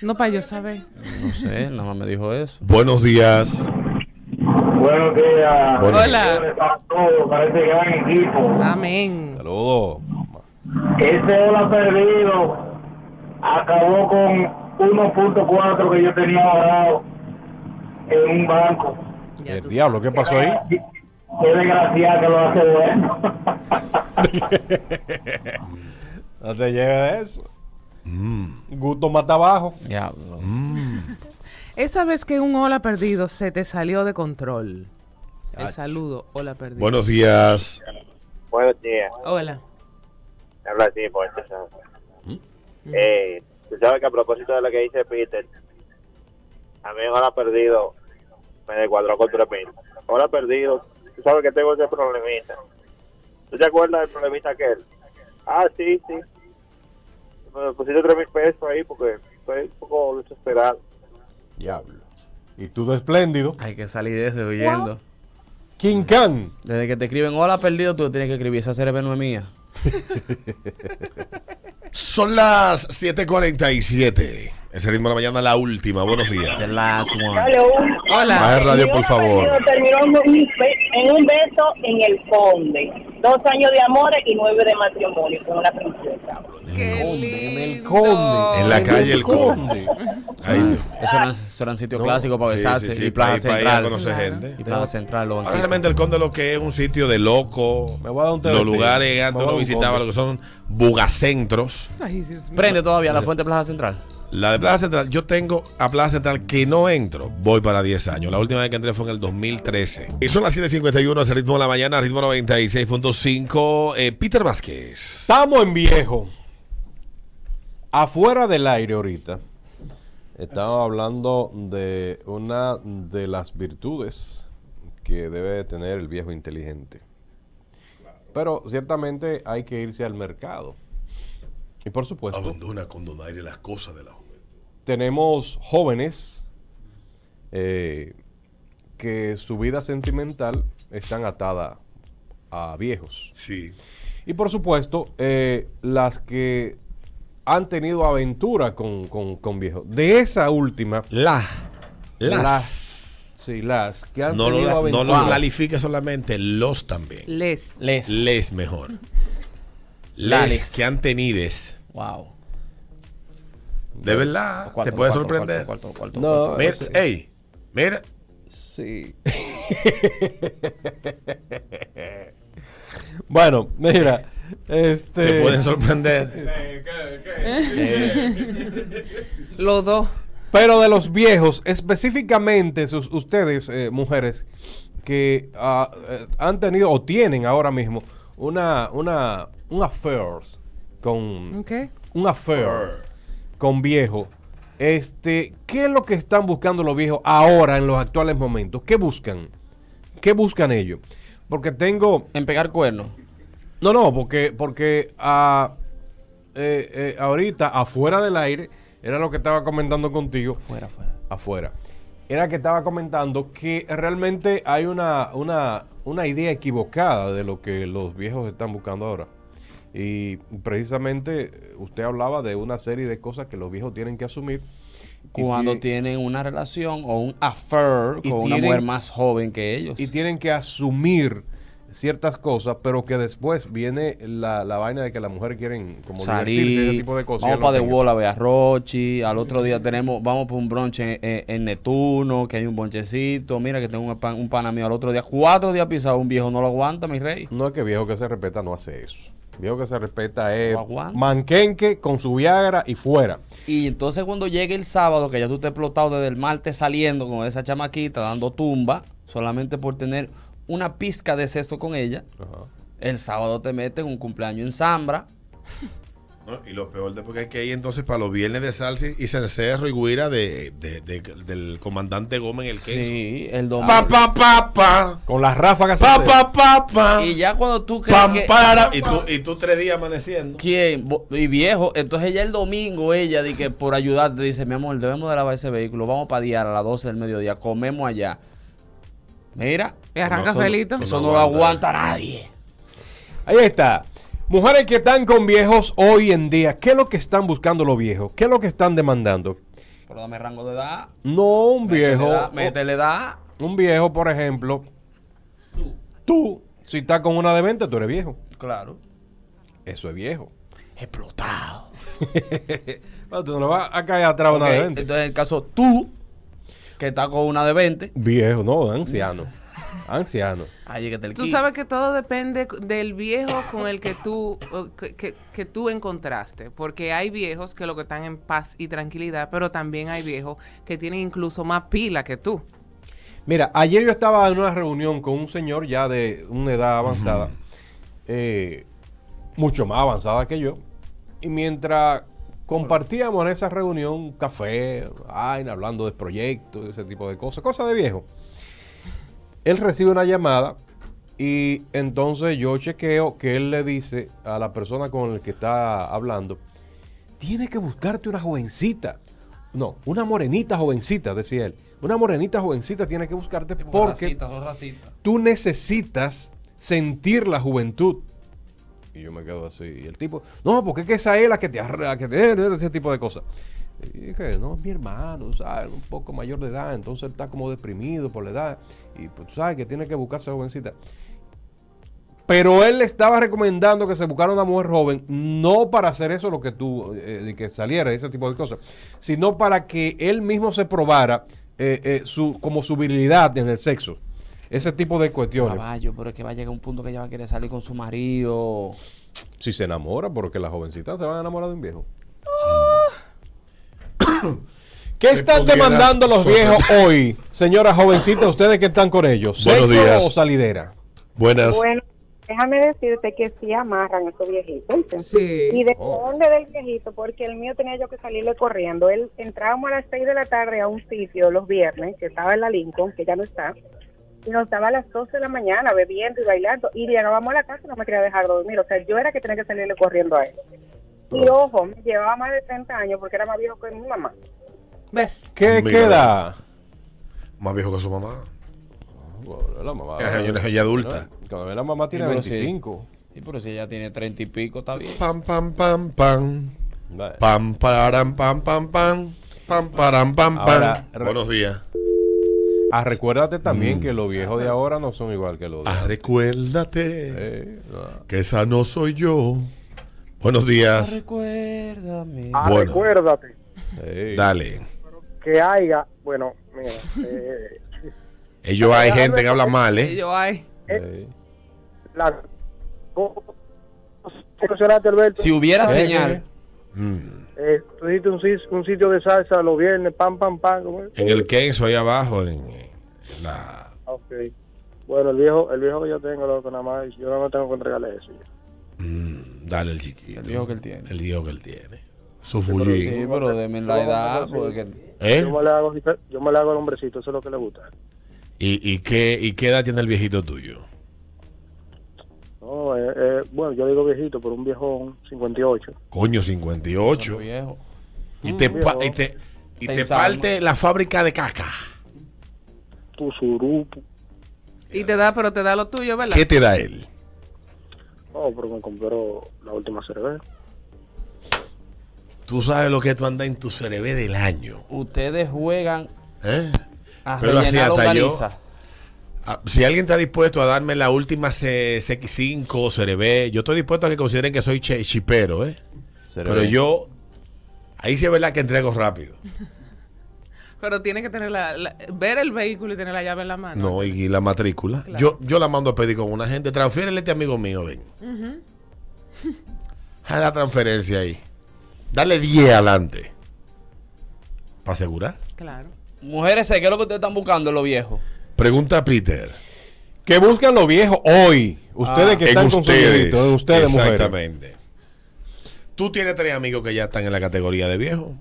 [SPEAKER 3] No, para yo saber.
[SPEAKER 4] No sé, nada más me dijo eso.
[SPEAKER 1] Buenos días.
[SPEAKER 14] Buenos días.
[SPEAKER 1] Buenos
[SPEAKER 3] Hola.
[SPEAKER 14] Para todos, para ese gran equipo.
[SPEAKER 3] Amén.
[SPEAKER 2] Saludos.
[SPEAKER 14] Ese hola perdido acabó con 1.4 que yo tenía ahorrado en un banco.
[SPEAKER 3] Ya
[SPEAKER 2] El
[SPEAKER 3] tú
[SPEAKER 2] Eh, diablo, ¿qué pasó ahí?
[SPEAKER 14] Qué desgraciado que lo hace bueno.
[SPEAKER 2] No te lleves eso.
[SPEAKER 1] Mm.
[SPEAKER 2] Gusto mata abajo.
[SPEAKER 4] Diablo.
[SPEAKER 3] Esa vez que un hola perdido se te salió de control. El saludo, hola perdido.
[SPEAKER 1] Buenos días.
[SPEAKER 14] Buenos días.
[SPEAKER 3] Hola.
[SPEAKER 14] Me Habla así, por eso.
[SPEAKER 1] ¿Mm?
[SPEAKER 14] Eh, tú sabes que a propósito de lo que dice Peter, a mí ahora perdido, me descuadró con Trepin. Ahora perdido, tú sabes que tengo ese problemita. ¿Tú te acuerdas del problemita aquel? Ah, sí, sí. Me pusiste tres mil pesos ahí porque fue un poco desesperado.
[SPEAKER 2] Diablo. Y tú de espléndido.
[SPEAKER 4] Hay que salir de ese huyendo.
[SPEAKER 2] King Khan.
[SPEAKER 4] Desde que te escriben hola perdido, tú tienes que escribir. Esa cerebro no es mía.
[SPEAKER 1] Son las 7:47. Ese ritmo de la mañana, la última. Buenos
[SPEAKER 4] The
[SPEAKER 1] días.
[SPEAKER 4] last one.
[SPEAKER 3] Hola.
[SPEAKER 1] Baja el radio, por favor.
[SPEAKER 16] Terminó en un, be- en un beso en el conde.
[SPEAKER 15] Dos años de amores y nueve de matrimonio con una princesa.
[SPEAKER 4] El Conde.
[SPEAKER 1] En la calle El Conde. Ahí.
[SPEAKER 4] Eso eran, eso eran sitios clásicos para
[SPEAKER 1] Sí,
[SPEAKER 4] besarse.
[SPEAKER 1] sí, sí,
[SPEAKER 4] y Plaza
[SPEAKER 1] pa' ir- pa' ir a
[SPEAKER 4] Central.
[SPEAKER 1] conocer gente.
[SPEAKER 4] Y Plaza Central, los
[SPEAKER 1] Ahora
[SPEAKER 4] banquitos.
[SPEAKER 1] realmente el Conde lo que es un sitio de loco.
[SPEAKER 4] TBT.
[SPEAKER 1] los lugares que
[SPEAKER 4] Me voy
[SPEAKER 1] antes
[SPEAKER 4] a
[SPEAKER 1] uno
[SPEAKER 4] un
[SPEAKER 1] visitaba,
[SPEAKER 4] Conde.
[SPEAKER 1] lo que son bugacentros.
[SPEAKER 4] Prende todavía la fuente de Plaza Central.
[SPEAKER 1] La de Plaza Central, yo tengo a Plaza Central que no entro, voy para 10 años. La última vez que entré fue en el 2013. Y son las 7.51, es el ritmo de la mañana, ritmo 96.5. Eh, Peter Vázquez.
[SPEAKER 2] Estamos en viejo. Afuera del aire ahorita. Estamos hablando de una de las virtudes que debe tener el viejo inteligente. Pero ciertamente hay que irse al mercado. Y por supuesto.
[SPEAKER 1] Abandona con donaire las cosas de la juventud.
[SPEAKER 2] tenemos jóvenes eh, que su vida sentimental están atada a viejos.
[SPEAKER 1] Sí.
[SPEAKER 2] Y por supuesto, eh, las que han tenido aventura con, con- con viejos. De esa última.
[SPEAKER 1] La. las.
[SPEAKER 2] Sí, las que han
[SPEAKER 1] No, lo,
[SPEAKER 2] tenido
[SPEAKER 1] no
[SPEAKER 2] aventura.
[SPEAKER 1] los lalifique solamente, los también.
[SPEAKER 3] Les.
[SPEAKER 4] Les.
[SPEAKER 1] Les mejor. Les,
[SPEAKER 4] Lales.
[SPEAKER 1] que han tenides.
[SPEAKER 4] Wow.
[SPEAKER 1] De verdad,
[SPEAKER 4] Cuarto,
[SPEAKER 1] te puede
[SPEAKER 4] cuarto,
[SPEAKER 1] sorprender.
[SPEAKER 4] cuarto, cuarto, cuarto,
[SPEAKER 2] No,
[SPEAKER 4] cuarto.
[SPEAKER 1] Mira,
[SPEAKER 2] sí.
[SPEAKER 1] ey, mira.
[SPEAKER 2] Sí. bueno, mira. Este...
[SPEAKER 1] Te pueden sorprender. Eh,
[SPEAKER 3] Los dos.
[SPEAKER 2] Pero de los viejos, específicamente sus, ustedes, eh, mujeres, que ah, eh, han tenido o tienen ahora mismo una, una, un affair con...
[SPEAKER 3] ¿Qué?
[SPEAKER 2] Un affair con viejo. Este, ¿qué es lo que están buscando los viejos ahora en los actuales momentos? ¿Qué buscan? ¿Qué buscan ellos? Porque tengo...
[SPEAKER 4] En pegar cuernos.
[SPEAKER 2] No, no, porque, porque ah, eh, eh, ahorita, afuera del aire, era lo que estaba comentando contigo.
[SPEAKER 4] Fuera, fuera.
[SPEAKER 2] Afuera. Era que estaba comentando que realmente hay una, una, una idea equivocada de lo que los viejos están buscando ahora. Y precisamente eh, usted hablaba de una serie de cosas que los viejos tienen que asumir. y
[SPEAKER 4] Cuando
[SPEAKER 2] tie-
[SPEAKER 4] tienen una relación o un affair con
[SPEAKER 2] Y
[SPEAKER 4] una
[SPEAKER 2] tienen-
[SPEAKER 4] mujer más joven que ellos.
[SPEAKER 2] y tienen que asumir ciertas cosas, pero que después viene la, la vaina de que las mujeres quieren como divertirse, ese
[SPEAKER 4] salir.
[SPEAKER 2] tipo de cosas.
[SPEAKER 4] Vamos
[SPEAKER 2] Ya lo
[SPEAKER 4] para The
[SPEAKER 2] hacen
[SPEAKER 4] Wall a ver a Rochi. Al otro día tenemos, vamos para un brunch en, en- en Neptuno, que hay un bonchecito. Mira que tengo un pan, un pana mío al otro día. Cuatro días pisado, un viejo no lo aguanta, mi rey.
[SPEAKER 2] No es que viejo que se respeta no hace eso. Viejo que se respeta es
[SPEAKER 4] No aguanta.
[SPEAKER 2] manquenque con su Viagra y fuera.
[SPEAKER 4] Y entonces cuando llegue el sábado, que ya tú te explotado desde el martes saliendo con esa chamaquita, dando tumba, solamente por tener una pizca de sexo con ella, el sábado te meten un cumpleaños en Zambra.
[SPEAKER 1] No, y lo peor de porque hay que ir entonces para los viernes de salsa y cencerro y guira de, de- de- del comandante Gómez en el queso.
[SPEAKER 4] Sí, el domingo.
[SPEAKER 1] Pa, pa, pa, pa.
[SPEAKER 2] Con las ráfagas.
[SPEAKER 1] Pa, pa, pa, pa.
[SPEAKER 4] Y ya cuando tú crees
[SPEAKER 1] Pam,
[SPEAKER 4] que...
[SPEAKER 1] para. Y tú, y tú tres días amaneciendo.
[SPEAKER 4] ¿Quién? Bo- Y viejo. Entonces ya el domingo ella di que por ayudarte dice, mi amor, debemos de lavar ese vehículo, vamos para diar a las 12 del mediodía, comemos allá. Mira.
[SPEAKER 3] Y arranca
[SPEAKER 4] eso,
[SPEAKER 3] felito.
[SPEAKER 4] Eso no lo aguanta nadie.
[SPEAKER 2] Ahí está. Mujeres que están con viejos hoy en día, ¿qué es lo que están buscando los viejos? ¿Qué es lo que están demandando?
[SPEAKER 4] Pero dame rango de edad.
[SPEAKER 2] No un viejo. oh.
[SPEAKER 4] Métele edad, Métele edad.
[SPEAKER 2] Un viejo, por ejemplo. Tú, si estás con una de 20, tú eres viejo.
[SPEAKER 4] Claro.
[SPEAKER 2] Eso es viejo.
[SPEAKER 4] Explotado.
[SPEAKER 2] Ah, tú no le vas a caer atrás a una
[SPEAKER 4] Ok,
[SPEAKER 2] de 20.
[SPEAKER 4] Entonces, en el caso tú, que estás con una de 20,
[SPEAKER 2] Viejo, no, anciano. anciano.
[SPEAKER 4] ahí que te el
[SPEAKER 3] Tú sabes que todo depende c- del viejo con el que tú o que, que- que tú encontraste, porque hay viejos que lo que están en paz y tranquilidad, pero también hay viejos que tienen incluso más pila que tú.
[SPEAKER 2] Mira, ayer yo estaba en una reunión con un señor ya de una edad avanzada, eh, mucho más avanzada que yo, y mientras compartíamos en esa reunión un café, vaina, hablando de proyectos, ese tipo de cosas, cosas de viejo, él recibe una llamada y entonces yo chequeo que él le dice a la persona con la que está hablando, tienes que buscarte una jovencita. No, una morenita jovencita, decía él. Una morenita jovencita tiene que buscarte porque
[SPEAKER 4] Racitas, dos racitas.
[SPEAKER 2] tú necesitas sentir la juventud. Y yo me quedo así. Y el tipo, no, porque es que esa es la que te arra, que te ese tipo de cosas. Y dije, no, es mi hermano, ¿sabes? Un poco mayor de edad, entonces él está como deprimido por la edad. Y pues, tú ¿sabes? Que tiene que buscarse jovencita. Pero él le estaba recomendando que se buscara una mujer joven, no para hacer eso lo que tú, eh, de que saliera, ese tipo de cosas, sino para que él mismo se probara eh, eh, su, como su virilidad en el sexo. Ese tipo de cuestiones.
[SPEAKER 4] Caballo, pero es que va a llegar un punto que ella va a querer salir con su marido.
[SPEAKER 2] Si se enamora, porque las jovencitas se van a enamorar de un viejo. ¿Qué están
[SPEAKER 1] pudieras
[SPEAKER 2] demandando los viejos
[SPEAKER 1] sorprender.
[SPEAKER 2] hoy, señoras jovencitas, ustedes que están con ellos?
[SPEAKER 1] Buenos
[SPEAKER 2] ¿Sexo
[SPEAKER 1] días.
[SPEAKER 2] o salidera?
[SPEAKER 1] Buenas.
[SPEAKER 8] Bueno, déjame decirte que sí amarran a esos viejitos. ¿oíste?
[SPEAKER 3] Sí.
[SPEAKER 8] Y
[SPEAKER 1] Oh.
[SPEAKER 8] depende del viejito, porque el mío tenía yo que salirle corriendo. Él entrábamos a las 6 de la tarde a un sitio los viernes, que estaba en la Lincoln, que ya no está. Y nos daba a las 12 de la mañana bebiendo y bailando. Y llegábamos a la casa y no me quería dejar dormir. O sea, yo era que tenía que salirle corriendo a él. Y
[SPEAKER 1] Oh.
[SPEAKER 8] ojo, me llevaba más de 30 años porque era más viejo que mi mamá.
[SPEAKER 3] ¿Ves?
[SPEAKER 2] ¿Qué
[SPEAKER 1] Mira.
[SPEAKER 2] queda?
[SPEAKER 1] Más viejo que su mamá.
[SPEAKER 2] Bueno, la mamá.
[SPEAKER 1] Ajá, yo no soy adulta.
[SPEAKER 2] Cuando la mamá tiene
[SPEAKER 4] Sí, pero
[SPEAKER 2] 25.
[SPEAKER 4] Sí, pero si ella tiene 30 y pico, está bien.
[SPEAKER 1] Pam, pam, pam, pam.
[SPEAKER 2] Vale.
[SPEAKER 1] Pam, pararam, pam, pam, pam. Pam, param, pam, pam.
[SPEAKER 2] Ahora, re-
[SPEAKER 1] Buenos días.
[SPEAKER 2] Ah, recuérdate
[SPEAKER 1] Mm.
[SPEAKER 2] también que los viejos de ahora no son igual que los de
[SPEAKER 1] Ah, recuérdate
[SPEAKER 2] Eh, no.
[SPEAKER 1] que esa no soy yo. Buenos días.
[SPEAKER 4] Recuérdame.
[SPEAKER 1] Ah, Bueno.
[SPEAKER 17] Acuérdate
[SPEAKER 2] Ey.
[SPEAKER 1] Dale.
[SPEAKER 17] que haya, bueno, mira, eh,
[SPEAKER 1] Ellos hay gente que habla mal, ¿eh?
[SPEAKER 3] Yo ay.
[SPEAKER 2] Ey.
[SPEAKER 17] la...
[SPEAKER 14] este
[SPEAKER 17] Impresionante, Alberto.
[SPEAKER 4] Si hubiera
[SPEAKER 17] Eh,
[SPEAKER 4] señal.
[SPEAKER 1] Mm.
[SPEAKER 17] eh, tú hiciste un, sis- un sitio de salsa los viernes, pam, pam, pam. ¿cómo es?
[SPEAKER 1] En el Kenzo, ahí abajo. En, en la...
[SPEAKER 17] Ok. Bueno, el viejo, el viejo que yo tengo, loco, nada más, yo no me tengo que entregarle eso.
[SPEAKER 1] Mm, dale el chiquito.
[SPEAKER 4] El viejo que él tiene.
[SPEAKER 1] El lío que él tiene. Su
[SPEAKER 4] Sí,
[SPEAKER 1] fullín.
[SPEAKER 4] pero deme la edad, porque...
[SPEAKER 1] ¿Eh?
[SPEAKER 17] Yo, me le hago, yo me le hago al hombrecito, eso es lo que le gusta.
[SPEAKER 1] ¿Y, y, qué, ¿Y qué edad tiene el viejito tuyo?
[SPEAKER 17] No, eh, eh, bueno, yo digo viejito, pero un viejón 58.
[SPEAKER 1] Coño, 58.
[SPEAKER 4] Viejo.
[SPEAKER 1] Y te, pa- y te, y te
[SPEAKER 4] Pensando.
[SPEAKER 1] parte la fábrica de caca.
[SPEAKER 17] Tu surupo.
[SPEAKER 3] Y te da, pero te da lo tuyo, ¿verdad?
[SPEAKER 1] ¿Qué te da él?
[SPEAKER 17] No, Oh, pero me compró la última cerveza.
[SPEAKER 1] Tú sabes lo que tú andas en tu cerebro del año.
[SPEAKER 4] Ustedes juegan
[SPEAKER 1] ¿eh?
[SPEAKER 4] a
[SPEAKER 1] Pero así
[SPEAKER 4] rellenar
[SPEAKER 1] hasta yo.
[SPEAKER 4] longaniza.
[SPEAKER 1] Ah, Si alguien está dispuesto a darme la última C- CX5, Cerebé, yo estoy dispuesto a que consideren que soy che- chipero, ¿eh? Pero yo, ahí sí es verdad que entrego rápido.
[SPEAKER 3] Pero tienes que tener la, la- ver el vehículo y tener la llave en la mano.
[SPEAKER 1] No, y, y la matrícula.
[SPEAKER 3] Ah, Claro.
[SPEAKER 1] Yo, yo la mando a pedir con una gente. Transfiérele a este amigo mío, ven.
[SPEAKER 3] Ujú.
[SPEAKER 1] Haz la transferencia ahí. Dale 10 adelante. ¿Para asegurar?
[SPEAKER 3] Claro.
[SPEAKER 4] Mujeres, ¿qué es lo que ustedes están buscando en los viejos?
[SPEAKER 1] Pregunta a Peter.
[SPEAKER 2] ¿Qué buscan los viejos hoy? Ustedes
[SPEAKER 4] Ah,
[SPEAKER 2] que están con su viejito, en ustedes, mujeres.
[SPEAKER 1] Exactamente. Tú tienes tres amigos que ya están en la categoría de viejo.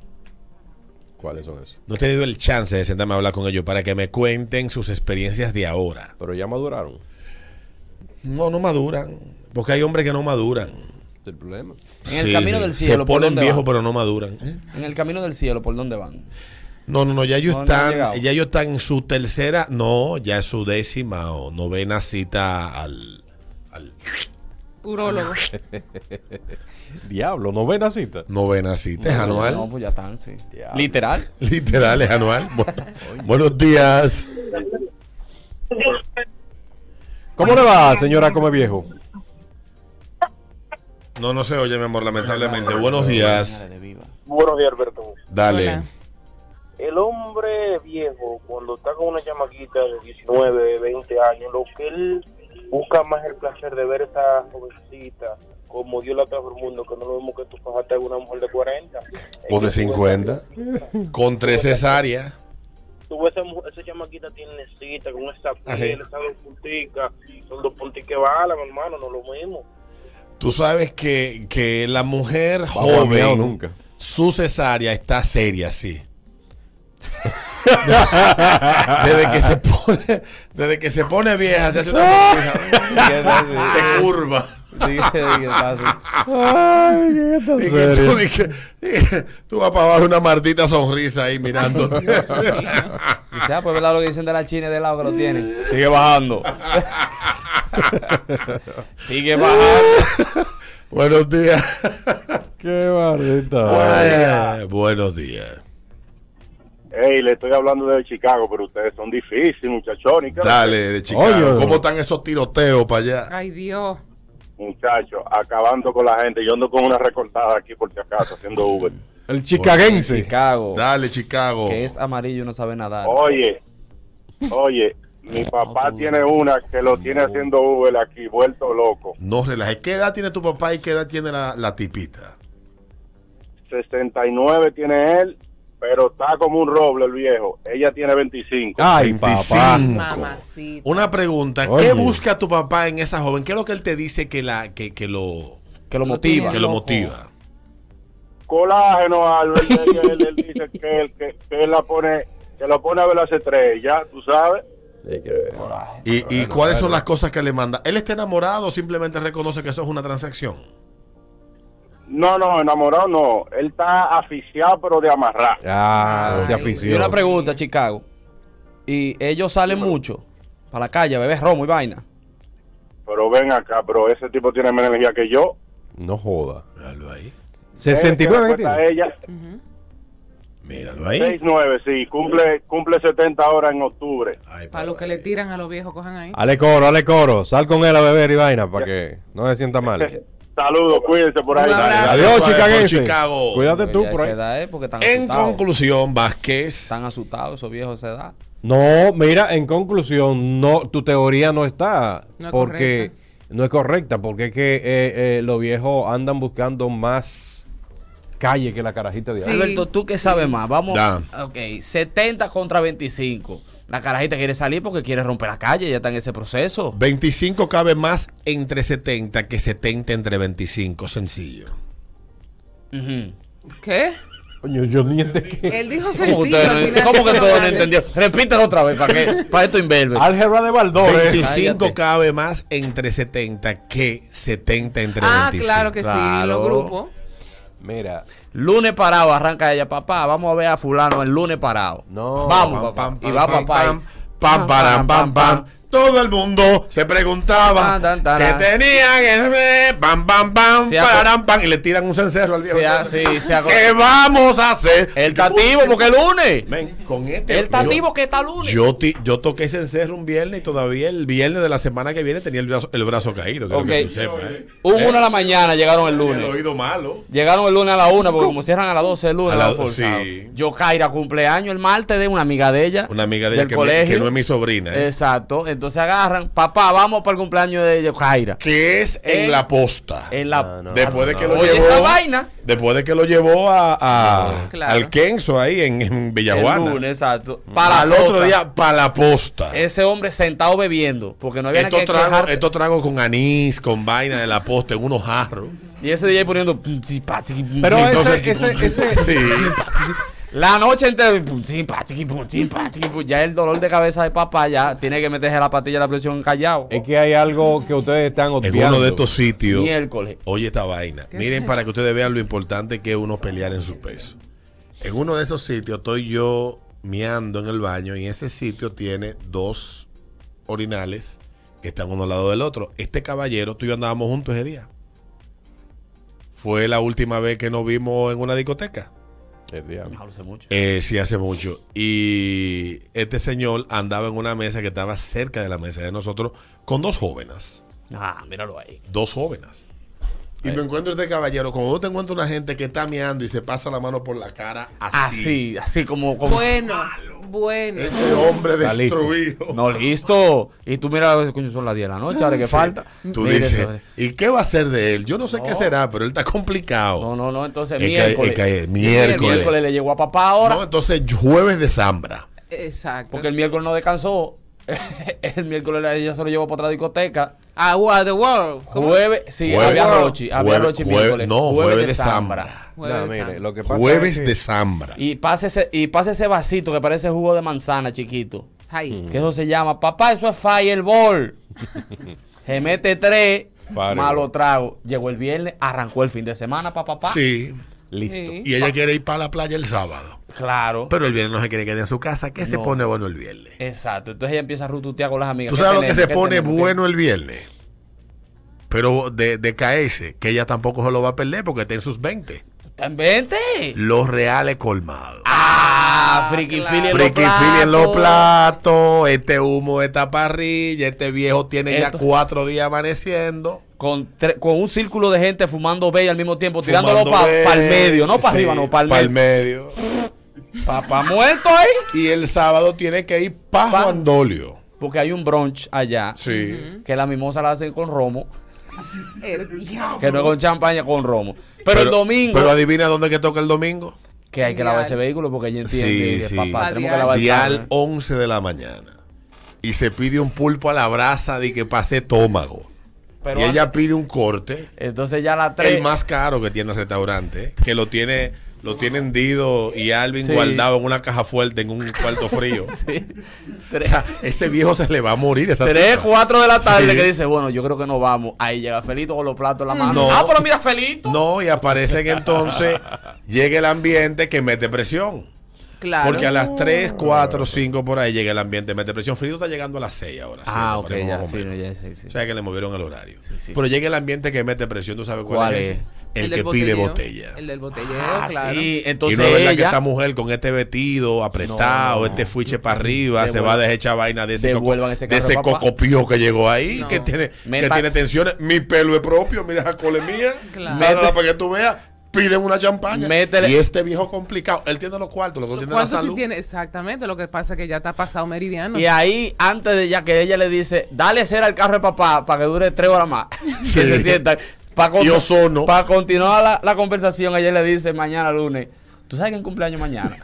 [SPEAKER 2] ¿Cuáles son esos?
[SPEAKER 1] No he tenido el chance de sentarme a hablar con ellos para que me cuenten sus experiencias de ahora.
[SPEAKER 2] Pero ya maduraron.
[SPEAKER 1] No, no maduran. Porque hay hombres que no maduran.
[SPEAKER 2] Es el problema.
[SPEAKER 4] En el camino del
[SPEAKER 1] Se
[SPEAKER 4] cielo, ¿por
[SPEAKER 1] ponen
[SPEAKER 4] dónde
[SPEAKER 1] viejos,
[SPEAKER 4] van?
[SPEAKER 1] pero no maduran. ¿eh?
[SPEAKER 4] En el camino del cielo, ¿por dónde van?
[SPEAKER 1] No, no, no, ya ellos
[SPEAKER 4] No, no han
[SPEAKER 1] están,
[SPEAKER 4] llegado.
[SPEAKER 1] ya ellos están en su tercera, no, ya es su décima o novena cita al, al
[SPEAKER 3] Urólogo.
[SPEAKER 2] Diablo, novena cita.
[SPEAKER 1] novena cita, es anual,
[SPEAKER 4] No, pues ya están, sí.
[SPEAKER 2] Diablo.
[SPEAKER 4] Literal.
[SPEAKER 1] literal, es anual. Bueno, buenos días.
[SPEAKER 2] ¿Cómo le va, señora Come Viejo?
[SPEAKER 1] No, no se oye, mi amor, lamentablemente. Buenos días.
[SPEAKER 4] Madre de viva.
[SPEAKER 12] Buenos días, Alberto.
[SPEAKER 1] Dale.
[SPEAKER 3] Hola.
[SPEAKER 12] El hombre viejo, cuando está con una chamaquita de 19, 20 años, lo que él busca más es el placer de ver esa jovencita como Dios la trajo al mundo, que no lo mismo que tú fajaste a una mujer de 40.
[SPEAKER 1] O de 50. Con tres cesáreas.
[SPEAKER 12] Tú ves esa, mu- esa chamaquita tiernecita, con esa piel,
[SPEAKER 1] Ajá.
[SPEAKER 12] esa dos punticas, son dos punticas que balan, hermano, no es lo mismo.
[SPEAKER 1] Tú sabes que, que la mujer
[SPEAKER 2] Guameado
[SPEAKER 1] joven,
[SPEAKER 2] nunca.
[SPEAKER 1] su cesárea está seria, sí. desde, que se pone, desde que se pone vieja, se hace una sonrisa, se curva.
[SPEAKER 4] Sí, ¿qué pasa?
[SPEAKER 2] Ay, qué tan
[SPEAKER 1] Y que tú,
[SPEAKER 2] serio.
[SPEAKER 1] di que- di que tú vas para abajo una maldita sonrisa ahí mirando.
[SPEAKER 4] Quizás, pues, ¿verdad lo que dicen de la China y del lado que lo tienen? Sigue bajando. Sigue bajando.
[SPEAKER 1] Buenos días.
[SPEAKER 2] Qué barrita.
[SPEAKER 1] Buenos días.
[SPEAKER 11] Ey, le estoy hablando de Chicago, pero ustedes son difíciles, muchachones. ¿qué?
[SPEAKER 1] Dale, de Chicago. ¿Cómo están esos tiroteos para allá?
[SPEAKER 3] Ay, Dios.
[SPEAKER 11] Muchachos, acabando con la gente. Yo ando con una recortada aquí por si acaso, haciendo Uber.
[SPEAKER 2] El chicaguense.
[SPEAKER 4] Chicago.
[SPEAKER 1] Dale, Chicago.
[SPEAKER 4] Que es amarillo y no sabe nadar.
[SPEAKER 11] Oye, oye, mi papá tiene una que lo tiene haciendo Uber aquí, vuelto loco.
[SPEAKER 1] No relajes. ¿Qué edad tiene tu papá y qué edad tiene la, la tipita?
[SPEAKER 11] 69 tiene él, pero está como un roble el viejo. Ella tiene 25.
[SPEAKER 1] Ay, 25.
[SPEAKER 3] Mamacita.
[SPEAKER 1] Una pregunta.
[SPEAKER 11] Oye.
[SPEAKER 1] ¿Qué busca tu papá en esa joven? ¿Qué es lo que él te dice que, la, que, que lo,
[SPEAKER 4] que lo motiva?
[SPEAKER 1] Que lo motiva.
[SPEAKER 11] Colágeno, Albert. Ella- él, él dice que él, que, que él la pone, que lo pone a ver las estrellas, tú sabes.
[SPEAKER 1] ¿Y, y cuáles son las cosas que le manda? ¿Él está enamorado o simplemente reconoce que eso es una transacción?
[SPEAKER 11] No, no, enamorado no. Él está aficiado, pero de amarrar.
[SPEAKER 2] Ah, se
[SPEAKER 4] Y
[SPEAKER 2] aficionó.
[SPEAKER 4] una pregunta, Chicago. ¿Y ellos salen mucho? Para la calle, bebés romo y vaina.
[SPEAKER 11] Pero ven acá, pero ese tipo tiene menos energía que yo.
[SPEAKER 2] No joda.
[SPEAKER 1] Míralo ahí.
[SPEAKER 11] Eh, ¿qué le cuesta a ella?
[SPEAKER 1] Míralo ahí.
[SPEAKER 11] 69, sí. Cumple, cumple 70 horas en octubre.
[SPEAKER 3] Para los que le tiran a los viejos, cojan ahí.
[SPEAKER 2] Ale coro, ale coro. Sal con él a beber y vaina para que no se sienta mal.
[SPEAKER 11] Saludos, cuídense por ahí.
[SPEAKER 2] Adiós, chicaguense.
[SPEAKER 1] Chicago.
[SPEAKER 2] Cuídate tú
[SPEAKER 4] Ya
[SPEAKER 2] por
[SPEAKER 4] esa
[SPEAKER 2] ahí.
[SPEAKER 4] edad es porque están
[SPEAKER 1] En
[SPEAKER 4] asustados.
[SPEAKER 1] conclusión, Vázquez.
[SPEAKER 4] Están asustados esos viejos de esa edad.
[SPEAKER 2] No, mira, en conclusión, no, tu teoría no está
[SPEAKER 4] No es
[SPEAKER 2] porque no es correcta, porque es que eh, eh, los viejos andan buscando más calle que la carajita de ahora.
[SPEAKER 4] Alberto, ¿tú qué sabes más? Vamos.
[SPEAKER 2] Da.
[SPEAKER 4] Ok, 70 contra 25. La carajita quiere salir porque quiere romper la calle, ya está en ese proceso.
[SPEAKER 1] 25 cabe más entre 70 que 70 entre 25. Sencillo.
[SPEAKER 3] ¿Qué?
[SPEAKER 2] Coño, yo ni entendí.
[SPEAKER 3] Él dijo
[SPEAKER 4] ¿Cómo,
[SPEAKER 3] sencillo.
[SPEAKER 4] ustedes
[SPEAKER 3] al
[SPEAKER 4] no-
[SPEAKER 3] final
[SPEAKER 4] cómo que
[SPEAKER 3] eso
[SPEAKER 4] todo no
[SPEAKER 3] vale.
[SPEAKER 4] entendió? Repítelo otra vez para que para esto inverbe.
[SPEAKER 2] Álgebra de ¿eh? Baldores.
[SPEAKER 1] 25 cabe más entre 70 que 70 entre
[SPEAKER 3] Ah,
[SPEAKER 1] 25.
[SPEAKER 3] claro que sí, los grupos.
[SPEAKER 2] Mira.
[SPEAKER 4] Lunes parado, arranca ella, papá. Vamos a ver a fulano el lunes parado.
[SPEAKER 2] No.
[SPEAKER 4] Vamos,
[SPEAKER 1] Pam,
[SPEAKER 4] papá.
[SPEAKER 1] pam,
[SPEAKER 4] y va
[SPEAKER 1] pam,
[SPEAKER 4] papá. ahí.
[SPEAKER 1] pam, pam, param, pam, pam. Todo el mundo se preguntaba
[SPEAKER 4] Tan, tan, tan,
[SPEAKER 1] que
[SPEAKER 4] tan.
[SPEAKER 1] tenía que pam pam pam
[SPEAKER 4] Se ha-
[SPEAKER 1] pararam, pam y le tiran un cencerro al viejo.
[SPEAKER 4] Se ha-
[SPEAKER 1] Entonces,
[SPEAKER 4] sí, se ha-
[SPEAKER 1] ¿Qué vamos a hacer?
[SPEAKER 4] Él está activo porque es lunes.
[SPEAKER 1] Men, con este
[SPEAKER 4] Él está
[SPEAKER 1] yo-
[SPEAKER 4] activo que está lunes.
[SPEAKER 1] Yo, ti- yo toqué ese encerro un viernes y todavía el viernes de la semana que viene tenía el brazo, el brazo caído. quiero
[SPEAKER 4] Ok.
[SPEAKER 1] que tú sepas, ¿eh?
[SPEAKER 4] Hubo
[SPEAKER 1] Eh,
[SPEAKER 4] una a la mañana, llegaron el
[SPEAKER 1] El
[SPEAKER 4] lunes.
[SPEAKER 1] oído malo.
[SPEAKER 4] Llegaron el lunes a la una, porque como cierran a las 12 el lunes,
[SPEAKER 1] A
[SPEAKER 4] la
[SPEAKER 1] la-
[SPEAKER 4] han forzado.
[SPEAKER 1] sí.
[SPEAKER 4] Yo, Kaira, cumpleaños el martes de una amiga de ella.
[SPEAKER 1] Una amiga de ella
[SPEAKER 4] Del
[SPEAKER 1] que, me-
[SPEAKER 4] colegio.
[SPEAKER 1] que no es mi sobrina. ¿eh?
[SPEAKER 4] Exacto. Entonces agarran, papá, vamos para el cumpleaños de ella, Kaira.
[SPEAKER 1] Que es en
[SPEAKER 4] Eh,
[SPEAKER 1] la posta.
[SPEAKER 4] En la.
[SPEAKER 1] Después de que lo
[SPEAKER 4] Ah, Oye,
[SPEAKER 1] llevó.
[SPEAKER 4] esa vaina.
[SPEAKER 1] Después de que lo llevó a, a-
[SPEAKER 4] Claro.
[SPEAKER 1] al Kenzo ahí en, en Villajuana.
[SPEAKER 4] El lunes, exacto.
[SPEAKER 1] Mm. Al otro
[SPEAKER 4] coca.
[SPEAKER 1] día, para la posta.
[SPEAKER 4] Ese hombre sentado bebiendo, porque no había nada
[SPEAKER 1] Estos
[SPEAKER 4] que
[SPEAKER 1] tragos,
[SPEAKER 4] quejarse.
[SPEAKER 1] estos tragos con anís, con vaina de la posta, en unos jarros.
[SPEAKER 4] Y ese DJ poniendo. pum, sí, pa, tiqui, pum, sí, entonces,
[SPEAKER 1] Sí.
[SPEAKER 4] La noche entera. pum, sí, pa, tiqui, pum, sí, pa, tiqui, pum. Ya el dolor de cabeza de papá ya tiene que meterse la patilla de la presión callado.
[SPEAKER 2] Es que hay algo que ustedes están
[SPEAKER 1] En
[SPEAKER 2] obviando.
[SPEAKER 1] uno de estos sitios.
[SPEAKER 4] Miércoles.
[SPEAKER 1] Oye, esta vaina. Miren para que ustedes vean lo importante que es uno pelear en su peso. En uno de esos sitios estoy yo meando en el baño y ese sitio tiene dos orinales que están uno al lado del otro. Este caballero, tú y yo andábamos juntos ese día. Fue la última vez que nos vimos en una discoteca.
[SPEAKER 2] El diablo.
[SPEAKER 4] Hablo mucho.
[SPEAKER 1] Eh, sí, hace mucho. Y este señor andaba en una mesa que estaba cerca de la mesa de nosotros con dos jóvenes
[SPEAKER 4] Ah, míralo ahí.
[SPEAKER 1] dos jóvenes. Y me encuentro este caballero, como yo te encuentro una gente que está meando y se pasa la mano por la cara así.
[SPEAKER 4] Así, así como. como-
[SPEAKER 3] Bueno, bueno.
[SPEAKER 1] Ese hombre
[SPEAKER 4] Está listo.
[SPEAKER 1] destruido.
[SPEAKER 4] No, listo. Y tú mira, coño, son las 10 de la noche, ahora que
[SPEAKER 1] Sí.
[SPEAKER 4] falta.
[SPEAKER 1] Tú
[SPEAKER 4] Mira
[SPEAKER 1] dices,
[SPEAKER 4] eso. eh.
[SPEAKER 1] ¿y qué va a hacer de él? Yo no sé qué será, pero él está complicado.
[SPEAKER 4] No, no, no, entonces
[SPEAKER 1] Es que-
[SPEAKER 4] miércoles.
[SPEAKER 1] es que es miércoles.
[SPEAKER 4] miércoles le llegó a papá ahora.
[SPEAKER 1] No, entonces jueves de Zambra.
[SPEAKER 3] Exacto.
[SPEAKER 4] Porque el miércoles no descansó. el miércoles ella se lo llevó para otra discoteca.
[SPEAKER 3] Ah, wow, the world. ¿Cómo?
[SPEAKER 4] Jueves, sí,
[SPEAKER 1] Jueves-
[SPEAKER 4] había Rochi. Había
[SPEAKER 1] jueves-
[SPEAKER 4] Rochi
[SPEAKER 1] jueves-
[SPEAKER 4] miércoles.
[SPEAKER 1] no, jueves de
[SPEAKER 4] Zambra.
[SPEAKER 1] Zambra.
[SPEAKER 3] Jueves
[SPEAKER 2] No,
[SPEAKER 3] de
[SPEAKER 2] mire,
[SPEAKER 3] Zambra.
[SPEAKER 2] lo que pasa
[SPEAKER 1] Jueves
[SPEAKER 2] es que-
[SPEAKER 1] de Zambra.
[SPEAKER 4] Y pase, ese, y pase ese vasito que parece jugo de manzana, chiquito.
[SPEAKER 1] Mm.
[SPEAKER 3] Ay.
[SPEAKER 4] Que eso se llama, papá, eso es fireball. se mete tres,
[SPEAKER 2] Fireball.
[SPEAKER 4] malo trago. Llegó el viernes, arrancó el fin de semana, papá, papá.
[SPEAKER 1] Sí.
[SPEAKER 2] Listo.
[SPEAKER 1] Y ella quiere ir para la playa el sábado.
[SPEAKER 4] Claro.
[SPEAKER 1] Pero el viernes no se quiere quedar en su casa. ¿Qué se
[SPEAKER 4] No.
[SPEAKER 1] pone bueno el viernes?
[SPEAKER 4] Exacto. Entonces ella empieza a rututear con las amigas.
[SPEAKER 1] Tú
[SPEAKER 4] ¿Qué
[SPEAKER 1] sabes lo que
[SPEAKER 4] tenemos?
[SPEAKER 1] se
[SPEAKER 4] ¿Qué
[SPEAKER 1] pone
[SPEAKER 4] tenemos? ¿Qué-
[SPEAKER 1] bueno el viernes. Pero de, de caerse, que ella tampoco se lo va a perder porque está en sus 20.
[SPEAKER 4] Está en 20.
[SPEAKER 1] Los reales colmados.
[SPEAKER 4] Ah, friki fili en los
[SPEAKER 1] Friki Philly en los
[SPEAKER 4] platos.
[SPEAKER 1] platos, este humo de esta parrilla, este viejo tiene ya
[SPEAKER 4] Esto-
[SPEAKER 1] cuatro días amaneciendo.
[SPEAKER 4] Con, tre- con un círculo de gente fumando bella al mismo tiempo, tirándolo
[SPEAKER 1] fumando
[SPEAKER 4] para
[SPEAKER 1] bebé,
[SPEAKER 4] el medio, no para
[SPEAKER 1] sí,
[SPEAKER 4] arriba, no para el
[SPEAKER 1] pa'l
[SPEAKER 4] medio.
[SPEAKER 1] medio.
[SPEAKER 4] Papá muerto ahí.
[SPEAKER 1] Y el sábado tiene que ir para Juan Dolio.
[SPEAKER 4] Porque hay un brunch allá.
[SPEAKER 1] Sí.
[SPEAKER 4] Que la mimosa la hacen con romo.
[SPEAKER 3] El diablo.
[SPEAKER 4] Que no es con champaña, con romo. Pero, el domingo.
[SPEAKER 1] Pero adivina dónde que toca el domingo.
[SPEAKER 4] que hay que lavar ese vehículo porque ella entiende.
[SPEAKER 1] Sí,
[SPEAKER 4] que,
[SPEAKER 1] sí.
[SPEAKER 4] Papá, tenemos que lavar el
[SPEAKER 1] Dial
[SPEAKER 4] carro. ¿eh?
[SPEAKER 1] 11 de la mañana. Y se pide un pulpo a la brasa de que pase estómago.
[SPEAKER 4] Pero
[SPEAKER 1] y ella pide un corte.
[SPEAKER 4] Entonces ya la
[SPEAKER 1] El
[SPEAKER 4] tres.
[SPEAKER 1] más caro que tiene el restaurante, que lo tiene lo tiene hendido y Alvin
[SPEAKER 4] Sí.
[SPEAKER 1] guardado en una caja fuerte en un cuarto frío.
[SPEAKER 4] Sí.
[SPEAKER 1] O sea, ese viejo se le va a morir. Esa
[SPEAKER 4] 3,
[SPEAKER 1] tipa.
[SPEAKER 4] 4 de la tarde
[SPEAKER 1] Sí.
[SPEAKER 4] que dice, bueno, yo creo que no vamos. Ahí llega Felito con los platos en la mano.
[SPEAKER 1] No.
[SPEAKER 4] Ah, pero mira, Felito.
[SPEAKER 1] No, y aparecen entonces, llega el ambiente que mete presión.
[SPEAKER 3] Claro.
[SPEAKER 1] Porque a
[SPEAKER 4] Ah.
[SPEAKER 1] las 3, 4, 5 por ahí llega el ambiente, mete presión. Frito está llegando a las 6 ahora.
[SPEAKER 4] Ah,
[SPEAKER 1] siete,
[SPEAKER 4] ok,
[SPEAKER 1] paremos
[SPEAKER 4] ya,
[SPEAKER 1] más o
[SPEAKER 4] sí,
[SPEAKER 1] menos.
[SPEAKER 4] ya, sí, sí.
[SPEAKER 1] O sea que le movieron el horario.
[SPEAKER 4] sí,
[SPEAKER 1] Pero
[SPEAKER 4] sí.
[SPEAKER 1] llega el ambiente que mete presión, ¿tú sabes cuál,
[SPEAKER 4] ¿Cuál
[SPEAKER 1] es?
[SPEAKER 4] es?
[SPEAKER 1] El, que
[SPEAKER 3] del
[SPEAKER 1] pide
[SPEAKER 3] botelleo,
[SPEAKER 1] botella.
[SPEAKER 3] El del botelleo,
[SPEAKER 4] Ah,
[SPEAKER 3] claro.
[SPEAKER 4] sí,
[SPEAKER 1] y
[SPEAKER 4] entonces
[SPEAKER 1] no es verdad que
[SPEAKER 4] ella
[SPEAKER 1] esta mujer con este vestido apretado,
[SPEAKER 4] No, no.
[SPEAKER 1] este fuiche para arriba, se
[SPEAKER 4] Devuelvan-
[SPEAKER 1] va a desechar vaina de ese,
[SPEAKER 4] devuelvan ese
[SPEAKER 1] de
[SPEAKER 4] carro,
[SPEAKER 1] ese
[SPEAKER 4] papá.
[SPEAKER 1] cocopío que llegó ahí, que tiene que
[SPEAKER 4] Meta-
[SPEAKER 1] tiene tensiones. Mi pelo es propio, mira esa cole mía.
[SPEAKER 3] Claro.
[SPEAKER 1] Mírala
[SPEAKER 4] Mete-
[SPEAKER 1] para que tú veas. Piden una champaña.
[SPEAKER 4] Métele-
[SPEAKER 1] Y este viejo complicado, él tiene los cuartos, lo que tiene la
[SPEAKER 3] ¿Cuánto sí
[SPEAKER 1] salud.
[SPEAKER 3] tiene? Exactamente, lo que pasa es que ya está pasado meridiano.
[SPEAKER 4] Y ahí, antes de ya que ella le dice, dale cera al carro de papá para que dure tres horas más. que
[SPEAKER 1] Sí.
[SPEAKER 4] se sientan. Para
[SPEAKER 1] Y ozono.
[SPEAKER 4] continuar la, la conversación, ella le dice mañana lunes, ¿tú sabes quién cumpleaños mañana?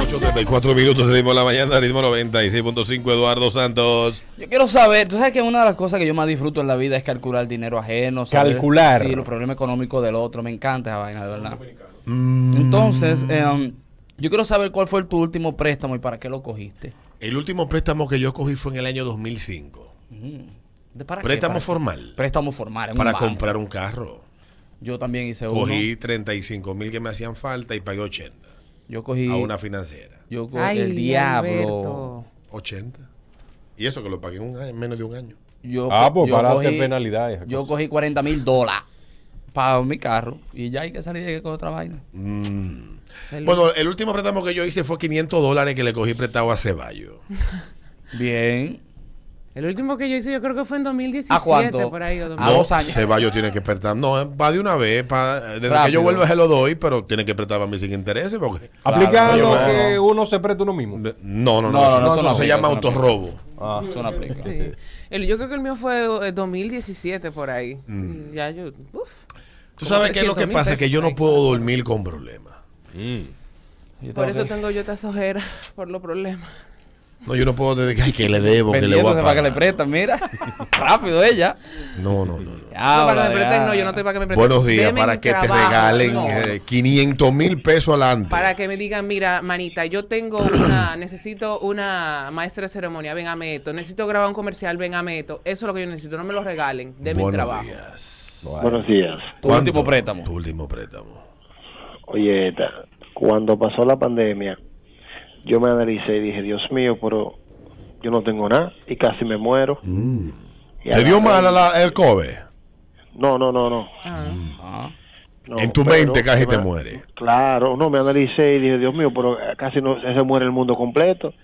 [SPEAKER 1] Ocho, 34 minutos, ritmo de la mañana, ritmo 96.5, Eduardo Santos.
[SPEAKER 4] Yo quiero saber, tú sabes que una de las cosas que yo más disfruto en la vida es calcular dinero ajeno. saber-
[SPEAKER 2] Calcular.
[SPEAKER 4] Sí, los problemas económicos del otro. Me encanta esa vaina, de verdad.
[SPEAKER 1] Mm.
[SPEAKER 4] Entonces, em, yo quiero saber cuál fue tu último préstamo y para qué lo cogiste.
[SPEAKER 1] El último préstamo que yo cogí fue en el año 2005.
[SPEAKER 4] ¿De para qué?
[SPEAKER 1] Préstamo
[SPEAKER 4] ¿Para qué?
[SPEAKER 1] formal.
[SPEAKER 4] Préstamo formal. en un
[SPEAKER 1] Para
[SPEAKER 4] banco.
[SPEAKER 1] comprar un carro.
[SPEAKER 4] Yo también hice uno.
[SPEAKER 1] Cogí 35 mil que me hacían falta y pagué 80
[SPEAKER 4] Yo cogí.
[SPEAKER 1] a una financiera.
[SPEAKER 4] Yo cogí
[SPEAKER 3] Ay,
[SPEAKER 4] el diablo.
[SPEAKER 3] Alberto.
[SPEAKER 1] 80. Y eso que lo pagué en un año- menos de un año.
[SPEAKER 4] Yo,
[SPEAKER 2] Ah,
[SPEAKER 4] co-
[SPEAKER 2] pues
[SPEAKER 4] yo
[SPEAKER 2] pagaste
[SPEAKER 4] cogí,
[SPEAKER 2] penalidades. esas
[SPEAKER 4] Yo
[SPEAKER 2] cosas.
[SPEAKER 4] cogí 40 mil dólares para mi carro y ya hay que salir de con otra vaina.
[SPEAKER 1] Mm.
[SPEAKER 3] El-
[SPEAKER 1] Bueno, el último préstamo que yo hice fue 500 dólares que le cogí prestado a Ceballo.
[SPEAKER 4] Bien.
[SPEAKER 3] El último que yo hice, yo creo que fue en 2017,
[SPEAKER 4] ¿A cuánto?
[SPEAKER 3] por ahí. O
[SPEAKER 4] A
[SPEAKER 1] No,
[SPEAKER 4] dos años.
[SPEAKER 1] Ceballo tiene que prestar. No, eh, va de una vez. pa- eh, desde que
[SPEAKER 4] Rápido.
[SPEAKER 1] yo vuelva se lo doy, pero tiene que prestar para mí sin intereses. Porque...
[SPEAKER 2] Aplica
[SPEAKER 1] Claro,
[SPEAKER 2] lo
[SPEAKER 1] claro.
[SPEAKER 2] que uno se presta uno mismo.
[SPEAKER 1] No, no, no.
[SPEAKER 4] No,
[SPEAKER 1] eso
[SPEAKER 4] no,
[SPEAKER 1] no,
[SPEAKER 4] eso
[SPEAKER 1] no
[SPEAKER 4] no
[SPEAKER 1] se
[SPEAKER 4] aplica,
[SPEAKER 1] llama
[SPEAKER 4] eso no aplica.
[SPEAKER 1] autorrobo.
[SPEAKER 2] Ah.
[SPEAKER 4] Eso no aplica.
[SPEAKER 3] Sí. El- yo creo que el mío fue eh, 2017 por ahí. Ya yo, uf.
[SPEAKER 1] Mm. Tú
[SPEAKER 3] Como
[SPEAKER 1] sabes qué es lo
[SPEAKER 3] 300
[SPEAKER 1] que
[SPEAKER 3] mil
[SPEAKER 1] pasa,
[SPEAKER 3] pesos
[SPEAKER 1] que yo
[SPEAKER 3] por
[SPEAKER 1] no
[SPEAKER 3] ahí.
[SPEAKER 1] puedo dormir con problemas. Mm.
[SPEAKER 4] Yo
[SPEAKER 3] Por
[SPEAKER 4] tengo
[SPEAKER 3] eso
[SPEAKER 4] que-
[SPEAKER 3] tengo yo estas ojeras, por los problemas.
[SPEAKER 1] No, yo no puedo decir "Ay, que le debo, que le voy a
[SPEAKER 4] Vendiéndose para que le
[SPEAKER 1] pagar".
[SPEAKER 4] prestan, mira. Rápido ella.
[SPEAKER 1] No, no, no. no.
[SPEAKER 4] Ah,
[SPEAKER 3] no, para que me
[SPEAKER 4] Habla,
[SPEAKER 3] presten,
[SPEAKER 4] ya.
[SPEAKER 3] no, yo no estoy para que me presten.
[SPEAKER 1] Buenos días,
[SPEAKER 3] Deme
[SPEAKER 1] para
[SPEAKER 3] mi
[SPEAKER 1] que te
[SPEAKER 3] trabajo,
[SPEAKER 1] regalen
[SPEAKER 3] no.
[SPEAKER 1] 500 mil pesos adelante.
[SPEAKER 3] Para que me digan, mira, manita, yo tengo una, necesito una maestra de ceremonia, ven a esto. Necesito grabar un comercial, ven a esto. Eso es lo que yo necesito, no me lo regalen, de mi
[SPEAKER 1] Buenos
[SPEAKER 3] trabajo.
[SPEAKER 1] días.
[SPEAKER 11] Buenos días.
[SPEAKER 4] Tu
[SPEAKER 1] ¿Cuándo?
[SPEAKER 4] último préstamo.
[SPEAKER 1] Tu último préstamo.
[SPEAKER 11] Oye, Eta, cuando pasó la pandemia, yo me analicé y dije, Dios mío, pero yo no tengo nada y casi me muero. Y
[SPEAKER 1] ¿Te dio
[SPEAKER 11] agarré-
[SPEAKER 1] mal a la- el COVID?
[SPEAKER 11] No, no, no, no.
[SPEAKER 3] Ah.
[SPEAKER 4] Ah.
[SPEAKER 11] no,
[SPEAKER 1] Mm. En tu
[SPEAKER 11] pero
[SPEAKER 1] mente casi
[SPEAKER 11] yo me-
[SPEAKER 1] te muere.
[SPEAKER 11] Claro, no, me analicé y dije, Dios mío, pero eh, casi no se muere el mundo completo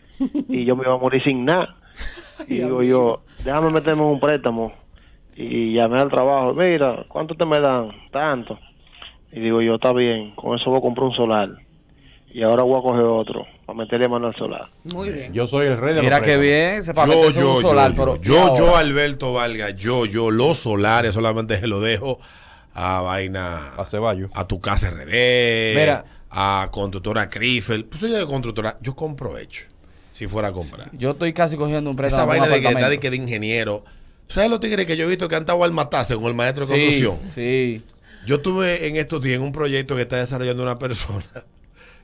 [SPEAKER 11] y yo me iba a morir sin nada. Y digo yo, déjame meterme en un préstamo. Y llamé al trabajo, mira, ¿cuánto te me dan? Tanto. Y digo yo, está bien, con eso voy a comprar un solar. Y ahora voy a coger otro, para meterle mano al solar.
[SPEAKER 3] Muy bien.
[SPEAKER 2] Yo soy el rey de
[SPEAKER 4] Mira
[SPEAKER 2] los
[SPEAKER 4] qué
[SPEAKER 2] préstamos.
[SPEAKER 4] bien, se para
[SPEAKER 1] Yo,
[SPEAKER 4] meterse en un
[SPEAKER 1] yo,
[SPEAKER 4] solar,
[SPEAKER 1] yo, yo,
[SPEAKER 4] pero
[SPEAKER 1] yo,
[SPEAKER 4] ahora,
[SPEAKER 1] yo, Alberto Valga, yo, yo, los solares solamente se lo dejo a vaina,
[SPEAKER 2] A Ceballos.
[SPEAKER 1] a tu casa RD,
[SPEAKER 2] Mira.
[SPEAKER 1] a constructora Crifel. Pues soy de constructora, yo compro hecho, si fuera a comprar.
[SPEAKER 4] yo estoy casi cogiendo un préstamo.
[SPEAKER 1] Esa
[SPEAKER 4] para un
[SPEAKER 1] vaina de que,
[SPEAKER 4] apartamento.
[SPEAKER 1] de que de ingeniero. ¿Sabes los tigres que yo he visto que han estado al matarse con el maestro de
[SPEAKER 4] Sí,
[SPEAKER 1] construcción?
[SPEAKER 4] sí.
[SPEAKER 1] Yo tuve en estos días un proyecto que está desarrollando una persona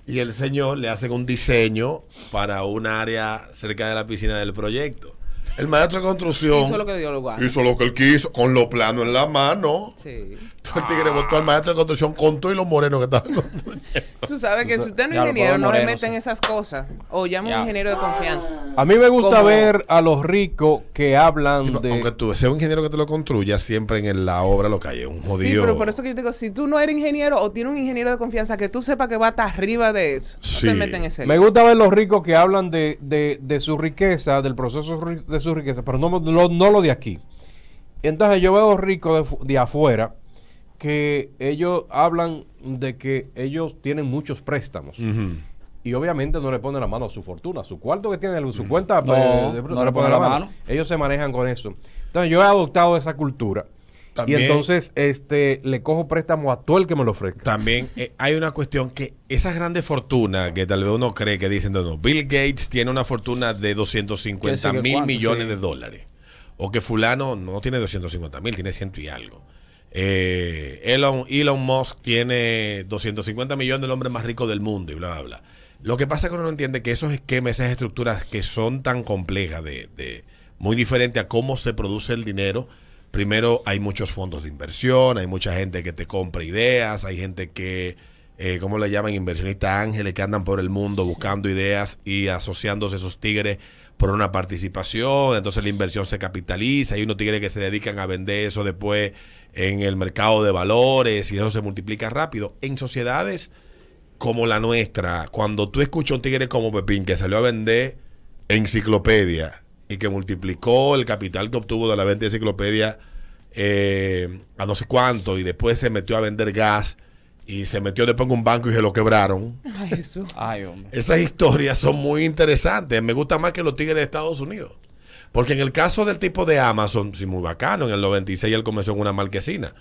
[SPEAKER 1] y el señor le hace un diseño para un área cerca de la piscina del proyecto. El maestro de construcción
[SPEAKER 3] Hizo lo que dio lugar.
[SPEAKER 1] hizo lo que él quiso, con los planos en la mano.
[SPEAKER 3] Sí.
[SPEAKER 1] Tú el tigre
[SPEAKER 4] Ah.
[SPEAKER 1] votó al maestro de construcción con todo y los morenos que estaban construyendo.
[SPEAKER 3] Tú sabes que si usted no es
[SPEAKER 1] Ya lo
[SPEAKER 3] ingeniero,
[SPEAKER 1] puedo
[SPEAKER 3] no le
[SPEAKER 1] moreno,
[SPEAKER 3] meten esas cosas. O llama a
[SPEAKER 1] Ya.
[SPEAKER 3] un ingeniero de confianza.
[SPEAKER 2] A mí me gusta
[SPEAKER 3] Como-
[SPEAKER 2] ver a los ricos que hablan de...
[SPEAKER 1] Aunque tú seas un ingeniero que te lo construya, siempre en el- la obra lo cae un
[SPEAKER 3] Sí,
[SPEAKER 1] jodido.
[SPEAKER 3] pero por eso que yo te digo, si tú no eres ingeniero o tienes un ingeniero de confianza que tú sepas que va hasta arriba de eso, no te meten ese
[SPEAKER 2] Me gusta ver los ricos que hablan de, de- de su riqueza, del proceso ri- de su riqueza, pero no lo, no lo de aquí. Entonces yo veo ricos de, fu- de afuera que ellos hablan de que ellos tienen muchos préstamos.
[SPEAKER 1] Ujú.
[SPEAKER 2] Y obviamente no le ponen la mano a su fortuna, a su cuarto que tiene, su cuenta
[SPEAKER 4] No,
[SPEAKER 2] eh,
[SPEAKER 4] no le ponen la mano.
[SPEAKER 2] Ellos se manejan con eso. Entonces yo he adoptado esa cultura.
[SPEAKER 1] También-
[SPEAKER 2] y entonces este le cojo préstamo a todo el que me lo ofrezca.
[SPEAKER 1] También eh, hay una cuestión que esas grandes fortunas que tal vez uno cree que dicen, no, no, Bill Gates tiene una fortuna de 250
[SPEAKER 2] Que sé que
[SPEAKER 1] mil
[SPEAKER 2] cuánto,
[SPEAKER 1] millones
[SPEAKER 2] sí.
[SPEAKER 1] de dólares. O que fulano no tiene 250 mil, tiene ciento y algo. Eh, Elon, Elon Musk tiene 250 millones del hombre más rico del mundo y bla, bla, bla. Lo que pasa es que uno no entiende que esos esquemas, esas estructuras que son tan complejas, de, de- muy diferente a cómo se produce el dinero, primero hay muchos fondos de inversión, hay mucha gente que te compra ideas, hay gente que, eh, ¿cómo le llaman? Inversionistas ángeles que andan por el mundo buscando ideas y asociándose esos tigres por una participación, entonces la inversión se capitaliza, hay unos tigres que se dedican a vender eso después en el mercado de valores y eso se multiplica rápido. En sociedades como la nuestra, cuando tú escuchas a un tigre como Pepín que salió a vender enciclopedia y que multiplicó el capital que obtuvo de la venta de enciclopedia eh, a no sé cuánto y después se metió a vender gas y se metió después en un banco y se lo quebraron.
[SPEAKER 3] Ay, eso.
[SPEAKER 4] Ay, hombre.
[SPEAKER 1] Esas historias son muy interesantes. Me gusta más que los tigres de Estados Unidos. Porque en el caso del tipo de Amazon, sí, muy bacano, en el 96 él comenzó en una marquesina.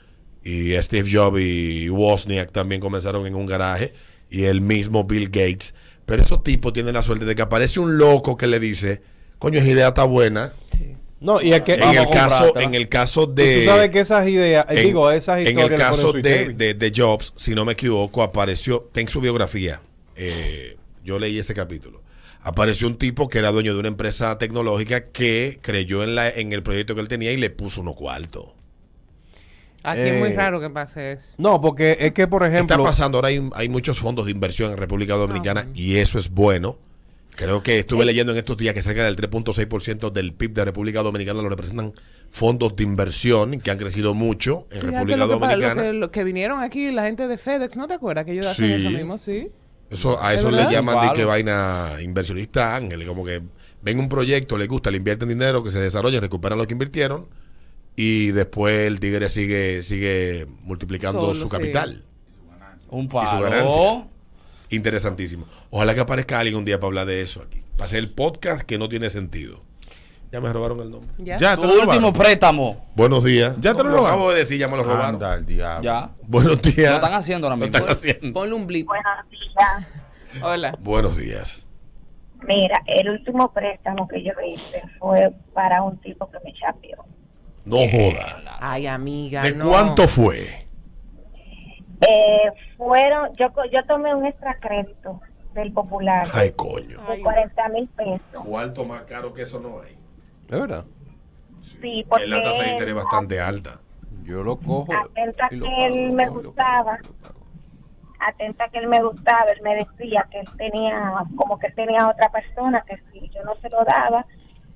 [SPEAKER 1] Y Steve Jobs y Wozniak también comenzaron en un garaje. Y el mismo Bill Gates. Pero esos tipos tienen la suerte de que aparece un loco que le dice, coño, esa idea está buena.
[SPEAKER 2] No, y es que-
[SPEAKER 1] en
[SPEAKER 2] Eh, Vamos
[SPEAKER 1] el
[SPEAKER 2] a
[SPEAKER 1] caso,
[SPEAKER 2] comprártela.
[SPEAKER 1] en el caso de
[SPEAKER 2] Tú sabes que esas ideas, eh, digo, esas
[SPEAKER 1] en
[SPEAKER 2] historias
[SPEAKER 1] el
[SPEAKER 2] las ponen
[SPEAKER 1] caso
[SPEAKER 2] Sweet
[SPEAKER 1] de,
[SPEAKER 2] Baby.
[SPEAKER 1] de- de Jobs, si no me equivoco, apareció, en su biografía, eh, yo leí ese capítulo, apareció un tipo que era dueño de una empresa tecnológica que creyó en, la, en el proyecto que él tenía y le puso unos cuartos.
[SPEAKER 3] Aquí es muy
[SPEAKER 1] Eh,
[SPEAKER 3] raro que pase eso.
[SPEAKER 2] No, porque es que, por
[SPEAKER 1] Está
[SPEAKER 2] ejemplo...
[SPEAKER 1] pasando, ahora hay, hay muchos fondos de inversión en República
[SPEAKER 3] Ah,
[SPEAKER 1] Dominicana y eso es bueno. Creo que
[SPEAKER 3] Eh.
[SPEAKER 1] estuve leyendo en estos días que cerca del 3.6% del PIB de República Dominicana lo representan fondos de inversión que han crecido mucho en
[SPEAKER 3] Fíjate
[SPEAKER 1] República
[SPEAKER 3] lo que, pa- lo
[SPEAKER 1] Dominicana.
[SPEAKER 3] que- lo que vinieron aquí la gente de FedEx, ¿no te acuerdas que ellos hacen
[SPEAKER 1] Sí.
[SPEAKER 3] eso mismo? Sí.
[SPEAKER 1] Eso, a
[SPEAKER 3] ¿Es
[SPEAKER 1] eso le
[SPEAKER 3] verdad?
[SPEAKER 1] llaman de
[SPEAKER 3] Igual.
[SPEAKER 1] que vaina inversionista ángel, como que ven un proyecto, le gusta, le invierten dinero, que se desarrolle, recuperan lo que invirtieron y después el tigre sigue sigue multiplicando
[SPEAKER 4] Solo,
[SPEAKER 1] su
[SPEAKER 4] sí.
[SPEAKER 1] capital
[SPEAKER 4] Un
[SPEAKER 1] y su
[SPEAKER 4] palo.
[SPEAKER 1] ganancia. Interesantísimo. Ojalá que aparezca alguien un día para hablar de eso aquí. Para hacer el podcast que no tiene sentido. Ya me robaron el nombre.
[SPEAKER 4] Ya.
[SPEAKER 1] Ya,
[SPEAKER 4] Tu
[SPEAKER 1] te lo robaron.
[SPEAKER 4] último préstamo.
[SPEAKER 1] Buenos días.
[SPEAKER 4] Ya
[SPEAKER 1] No,
[SPEAKER 4] te lo robaron.
[SPEAKER 1] acabo de decir, ya me lo robaron.
[SPEAKER 4] Anda,
[SPEAKER 1] el diablo.
[SPEAKER 4] Ya.
[SPEAKER 1] Buenos días.
[SPEAKER 4] Lo están haciendo ahora
[SPEAKER 1] Lo
[SPEAKER 4] mismo.
[SPEAKER 1] están haciendo.
[SPEAKER 3] Ponle un blip.
[SPEAKER 15] Buenos días.
[SPEAKER 3] Hola.
[SPEAKER 1] Buenos días.
[SPEAKER 15] Mira, el último préstamo que yo hice fue para un tipo que me chapeó.
[SPEAKER 1] No joda.
[SPEAKER 3] Ay, amiga.
[SPEAKER 1] ¿De
[SPEAKER 3] no.
[SPEAKER 1] cuánto fue?
[SPEAKER 15] Eh, fueron, yo, co- yo tomé un extra crédito del popular
[SPEAKER 1] Ay, coño.
[SPEAKER 15] de 40 mil pesos.
[SPEAKER 1] Cuarto más caro que eso no hay.
[SPEAKER 2] ¿Es verdad?
[SPEAKER 15] Sí, porque
[SPEAKER 1] Es la tasa de interés bastante alta. Ah,
[SPEAKER 2] Yo lo cojo.
[SPEAKER 15] atenta
[SPEAKER 2] Pues, y
[SPEAKER 15] que
[SPEAKER 2] lo
[SPEAKER 15] él me gustaba, atenta que él me gustaba, él me decía que él tenía, como que él tenía otra persona, que si yo no se lo daba,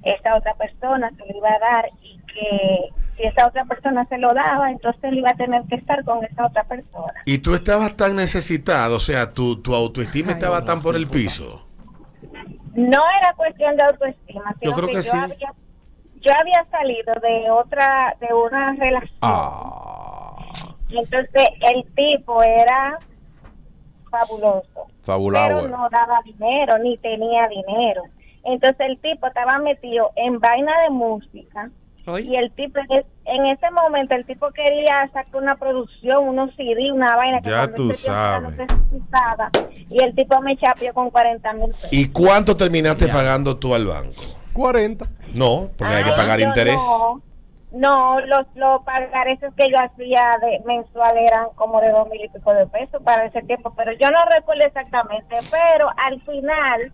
[SPEAKER 15] esa otra persona se lo iba a dar y que si esa otra persona se lo daba, entonces él iba a tener que estar con esa otra persona.
[SPEAKER 1] Y tú estabas tan necesitado, o sea, tu, tu autoestima estaba tan por el piso.
[SPEAKER 15] No era cuestión de autoestima, sino
[SPEAKER 1] Yo creo que
[SPEAKER 15] yo,
[SPEAKER 1] sí.
[SPEAKER 15] había, yo había salido de otra, de una relación.
[SPEAKER 2] Ah,
[SPEAKER 15] Y entonces el tipo era fabuloso. pero
[SPEAKER 2] Fabuloso.
[SPEAKER 15] no daba dinero, ni tenía dinero. Entonces el tipo estaba metido en vaina de música y el tipo, en, es- en ese momento, el tipo quería sacar una producción, unos CD, una vaina que
[SPEAKER 1] Ya
[SPEAKER 15] cuando
[SPEAKER 1] tú
[SPEAKER 15] ese tiempo era lo
[SPEAKER 1] sabes.
[SPEAKER 15] que se usaba. y el tipo me chapió con 40 mil pesos.
[SPEAKER 1] ¿Y cuánto terminaste pagando tú al banco?
[SPEAKER 2] 40.
[SPEAKER 1] No, porque hay que
[SPEAKER 15] Ah,
[SPEAKER 1] pagar
[SPEAKER 15] yo
[SPEAKER 1] interés.
[SPEAKER 15] No, no, los, los pagares que yo hacía de mensual eran como de dos mil y pico de pesos para ese tiempo, pero yo no recuerdo exactamente, pero al final,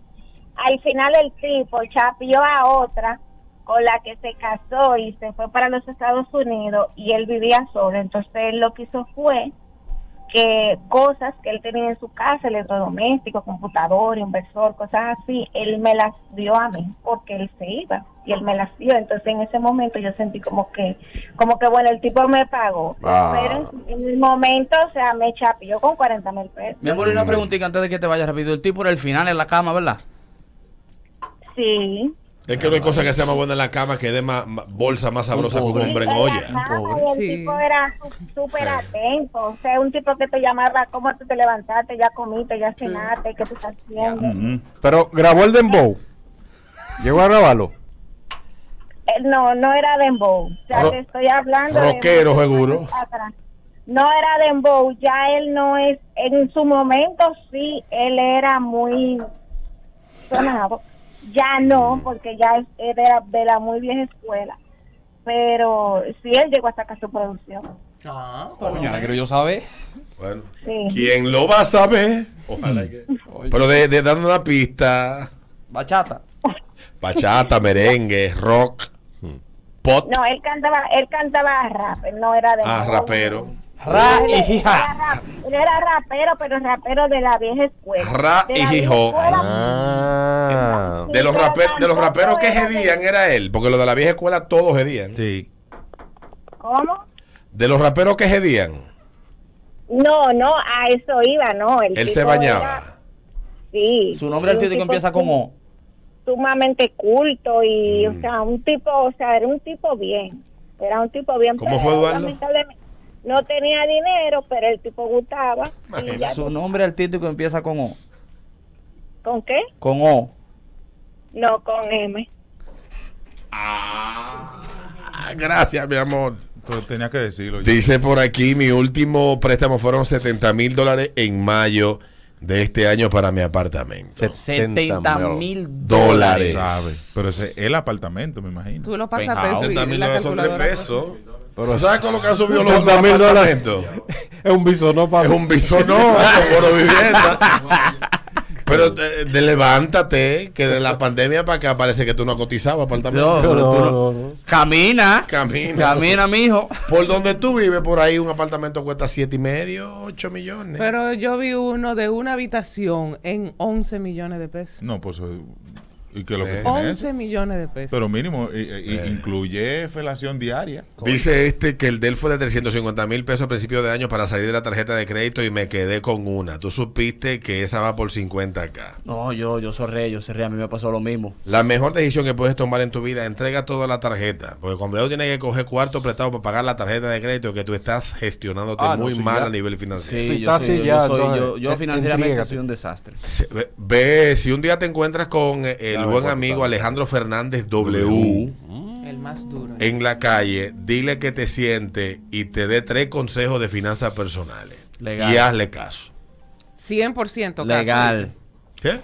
[SPEAKER 15] al final el tipo chapió a otra con la que se casó y se fue para los Estados Unidos y él vivía solo. Entonces él lo que hizo fue que cosas que él tenía en su casa, electrodomésticos, computador, inversor, cosas así, él me las dio a mí porque él se iba y él me las dio. Entonces en ese momento yo sentí como que, como que bueno, el tipo me pagó.
[SPEAKER 4] Ah.
[SPEAKER 15] Pero en el momento, o sea, me chapió con 40 mil pesos.
[SPEAKER 4] Mi amor, y
[SPEAKER 1] Mm.
[SPEAKER 4] una preguntita antes de que te vayas rápido. El tipo era el final en la cama, ¿verdad?
[SPEAKER 15] Sí.
[SPEAKER 1] Es que no hay cosa que sea más buena en la cama que dé más, más- bolsa más sabrosa que un hombre en olla.
[SPEAKER 15] Ay, el tipo era su- súper atento, o sea, un tipo que te llamaba, ¿cómo tú te levantaste? ¿Ya comiste? ¿Ya cenaste? ¿Qué tú estás haciendo?
[SPEAKER 2] Pero grabó el dembow. Llegó a grabarlo.
[SPEAKER 15] Eh, no, no era dembow, o sea,
[SPEAKER 2] Ro-
[SPEAKER 15] te estoy hablando de-
[SPEAKER 1] Rockero, seguro.
[SPEAKER 15] atrás. No era dembow, ya él no es, en su momento sí, él era muy sonado, ya
[SPEAKER 1] Mm.
[SPEAKER 15] no, porque ya es- él era de la muy vieja escuela, pero sí, él llegó a sacar su producción.
[SPEAKER 3] Ah,
[SPEAKER 4] Coño, ahora quiero yo saber.
[SPEAKER 1] Bueno,
[SPEAKER 15] Sí.
[SPEAKER 1] ¿quién lo va a saber?
[SPEAKER 4] Mm.
[SPEAKER 1] Ojalá que. Pero de, de dando una pista:
[SPEAKER 4] Bachata.
[SPEAKER 1] bachata, merengue, rock, pop,
[SPEAKER 15] No, él cantaba, él cantaba rap, él no era de
[SPEAKER 1] ah, rapero.
[SPEAKER 4] Ra
[SPEAKER 15] él,
[SPEAKER 4] y
[SPEAKER 15] era
[SPEAKER 4] hija.
[SPEAKER 15] rap- él era rapero, pero rapero de la vieja escuela.
[SPEAKER 1] Ra
[SPEAKER 15] De
[SPEAKER 1] y
[SPEAKER 15] la vieja
[SPEAKER 1] hijo.
[SPEAKER 15] escuela,
[SPEAKER 2] Ah.
[SPEAKER 1] De los, raper- de los raperos que hedían era él, porque los de la vieja escuela todos hedían.
[SPEAKER 2] Sí.
[SPEAKER 15] ¿Cómo?
[SPEAKER 1] De los raperos que hedían,
[SPEAKER 15] No, no, a eso iba, no. El
[SPEAKER 1] él
[SPEAKER 15] tipo
[SPEAKER 1] se bañaba.
[SPEAKER 15] era- sí.
[SPEAKER 4] Su nombre
[SPEAKER 15] Y un
[SPEAKER 4] artístico
[SPEAKER 15] tipo
[SPEAKER 4] empieza con O.
[SPEAKER 15] Sumamente culto y,
[SPEAKER 1] Mm.
[SPEAKER 15] o sea, un tipo, o sea, era un tipo bien. Era un tipo bien.
[SPEAKER 4] ¿Cómo
[SPEAKER 15] pero
[SPEAKER 4] fue, Eduardo?
[SPEAKER 15] lamentablemente No tenía dinero, pero el tipo gustaba. Y ya,
[SPEAKER 4] Su nombre artístico empieza con O.
[SPEAKER 15] ¿Con qué?
[SPEAKER 4] Con O.
[SPEAKER 15] No, con M.
[SPEAKER 1] Ah, Gracias, mi amor.
[SPEAKER 13] Pero tenía que decirlo. ya.
[SPEAKER 1] Dice por aquí, mi último préstamo fueron 70 mil dólares en mayo de este año para mi apartamento.
[SPEAKER 4] 70 mil
[SPEAKER 1] dólares.
[SPEAKER 13] Sabe, Pero ese es el apartamento, me imagino.
[SPEAKER 3] Tú lo pasas a peso y
[SPEAKER 1] 70 mil
[SPEAKER 3] la
[SPEAKER 1] dólares son 3
[SPEAKER 3] calculadora-
[SPEAKER 1] pesos. ¿Tú ¿Sabes con lo que han subido los
[SPEAKER 2] 70 mil
[SPEAKER 1] los
[SPEAKER 2] dólares.
[SPEAKER 1] apartamentos?
[SPEAKER 2] Es un bisonó, papi.
[SPEAKER 1] Es un bisonó, por vivienda. Pero eh, de- levántate, que de la pandemia para acá parece que tú no has cotizado apartamento.
[SPEAKER 4] No, pero tú no- Camina.
[SPEAKER 1] Camina.
[SPEAKER 4] Camina, mijo.
[SPEAKER 1] Por donde tú vives, por ahí un apartamento cuesta siete y medio, 8 millones.
[SPEAKER 3] Pero yo vi uno de una habitación en 11 millones de pesos.
[SPEAKER 13] No, pues. eh, ¿Y qué es lo
[SPEAKER 1] Eh.
[SPEAKER 13] que tiene
[SPEAKER 3] 11
[SPEAKER 13] eso?
[SPEAKER 3] millones de pesos.
[SPEAKER 13] Pero mínimo, i- i- incluye felación diaria.
[SPEAKER 1] Dice este que el del fue de 350 mil pesos a principio de año para salir de la tarjeta de crédito y me quedé con una. Tú supiste que esa va por 50k.
[SPEAKER 4] No, yo, yo sorré, yo sorré. A mí me pasó lo mismo.
[SPEAKER 1] La mejor decisión que puedes tomar en tu vida, entrega toda la tarjeta. Porque cuando ya tienes que coger cuarto prestado para pagar la tarjeta de crédito, que tú estás gestionándote
[SPEAKER 4] Ah, no,
[SPEAKER 1] muy
[SPEAKER 4] sí,
[SPEAKER 1] mal
[SPEAKER 4] ya.
[SPEAKER 1] a nivel financiero.
[SPEAKER 4] Sí,
[SPEAKER 2] Sí,
[SPEAKER 4] yo,
[SPEAKER 2] está
[SPEAKER 4] soy,
[SPEAKER 2] así
[SPEAKER 4] yo,
[SPEAKER 2] ya,
[SPEAKER 4] soy-
[SPEAKER 2] entonces,
[SPEAKER 4] yo- yo
[SPEAKER 1] eh,
[SPEAKER 2] en-
[SPEAKER 4] financieramente
[SPEAKER 2] entrégate.
[SPEAKER 4] soy un desastre.
[SPEAKER 1] Se- ve- Ve, si un día te encuentras con eh, el
[SPEAKER 4] Ya me
[SPEAKER 1] buen
[SPEAKER 4] voy a
[SPEAKER 1] amigo Alejandro Fernández W.
[SPEAKER 3] El más duro.
[SPEAKER 1] en la calle, dile que te siente y te dé tres consejos de finanzas personales.
[SPEAKER 4] Legal.
[SPEAKER 1] Y hazle caso.
[SPEAKER 3] 100% casi.
[SPEAKER 4] Legal.
[SPEAKER 1] ¿Qué?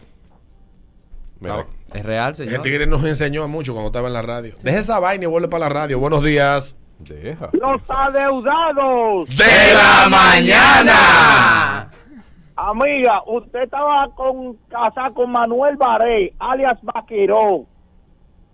[SPEAKER 1] No,
[SPEAKER 4] Es real,
[SPEAKER 1] ese
[SPEAKER 4] señor.
[SPEAKER 1] tigre nos enseñó mucho cuando estaba en la radio. Deja esa vaina y vuelve para la radio. Buenos días.
[SPEAKER 2] Deja.
[SPEAKER 6] Los adeudados.
[SPEAKER 1] ¡De la mañana!
[SPEAKER 6] Amiga, usted estaba con casada con Manuel Baré, alias Vaquerón.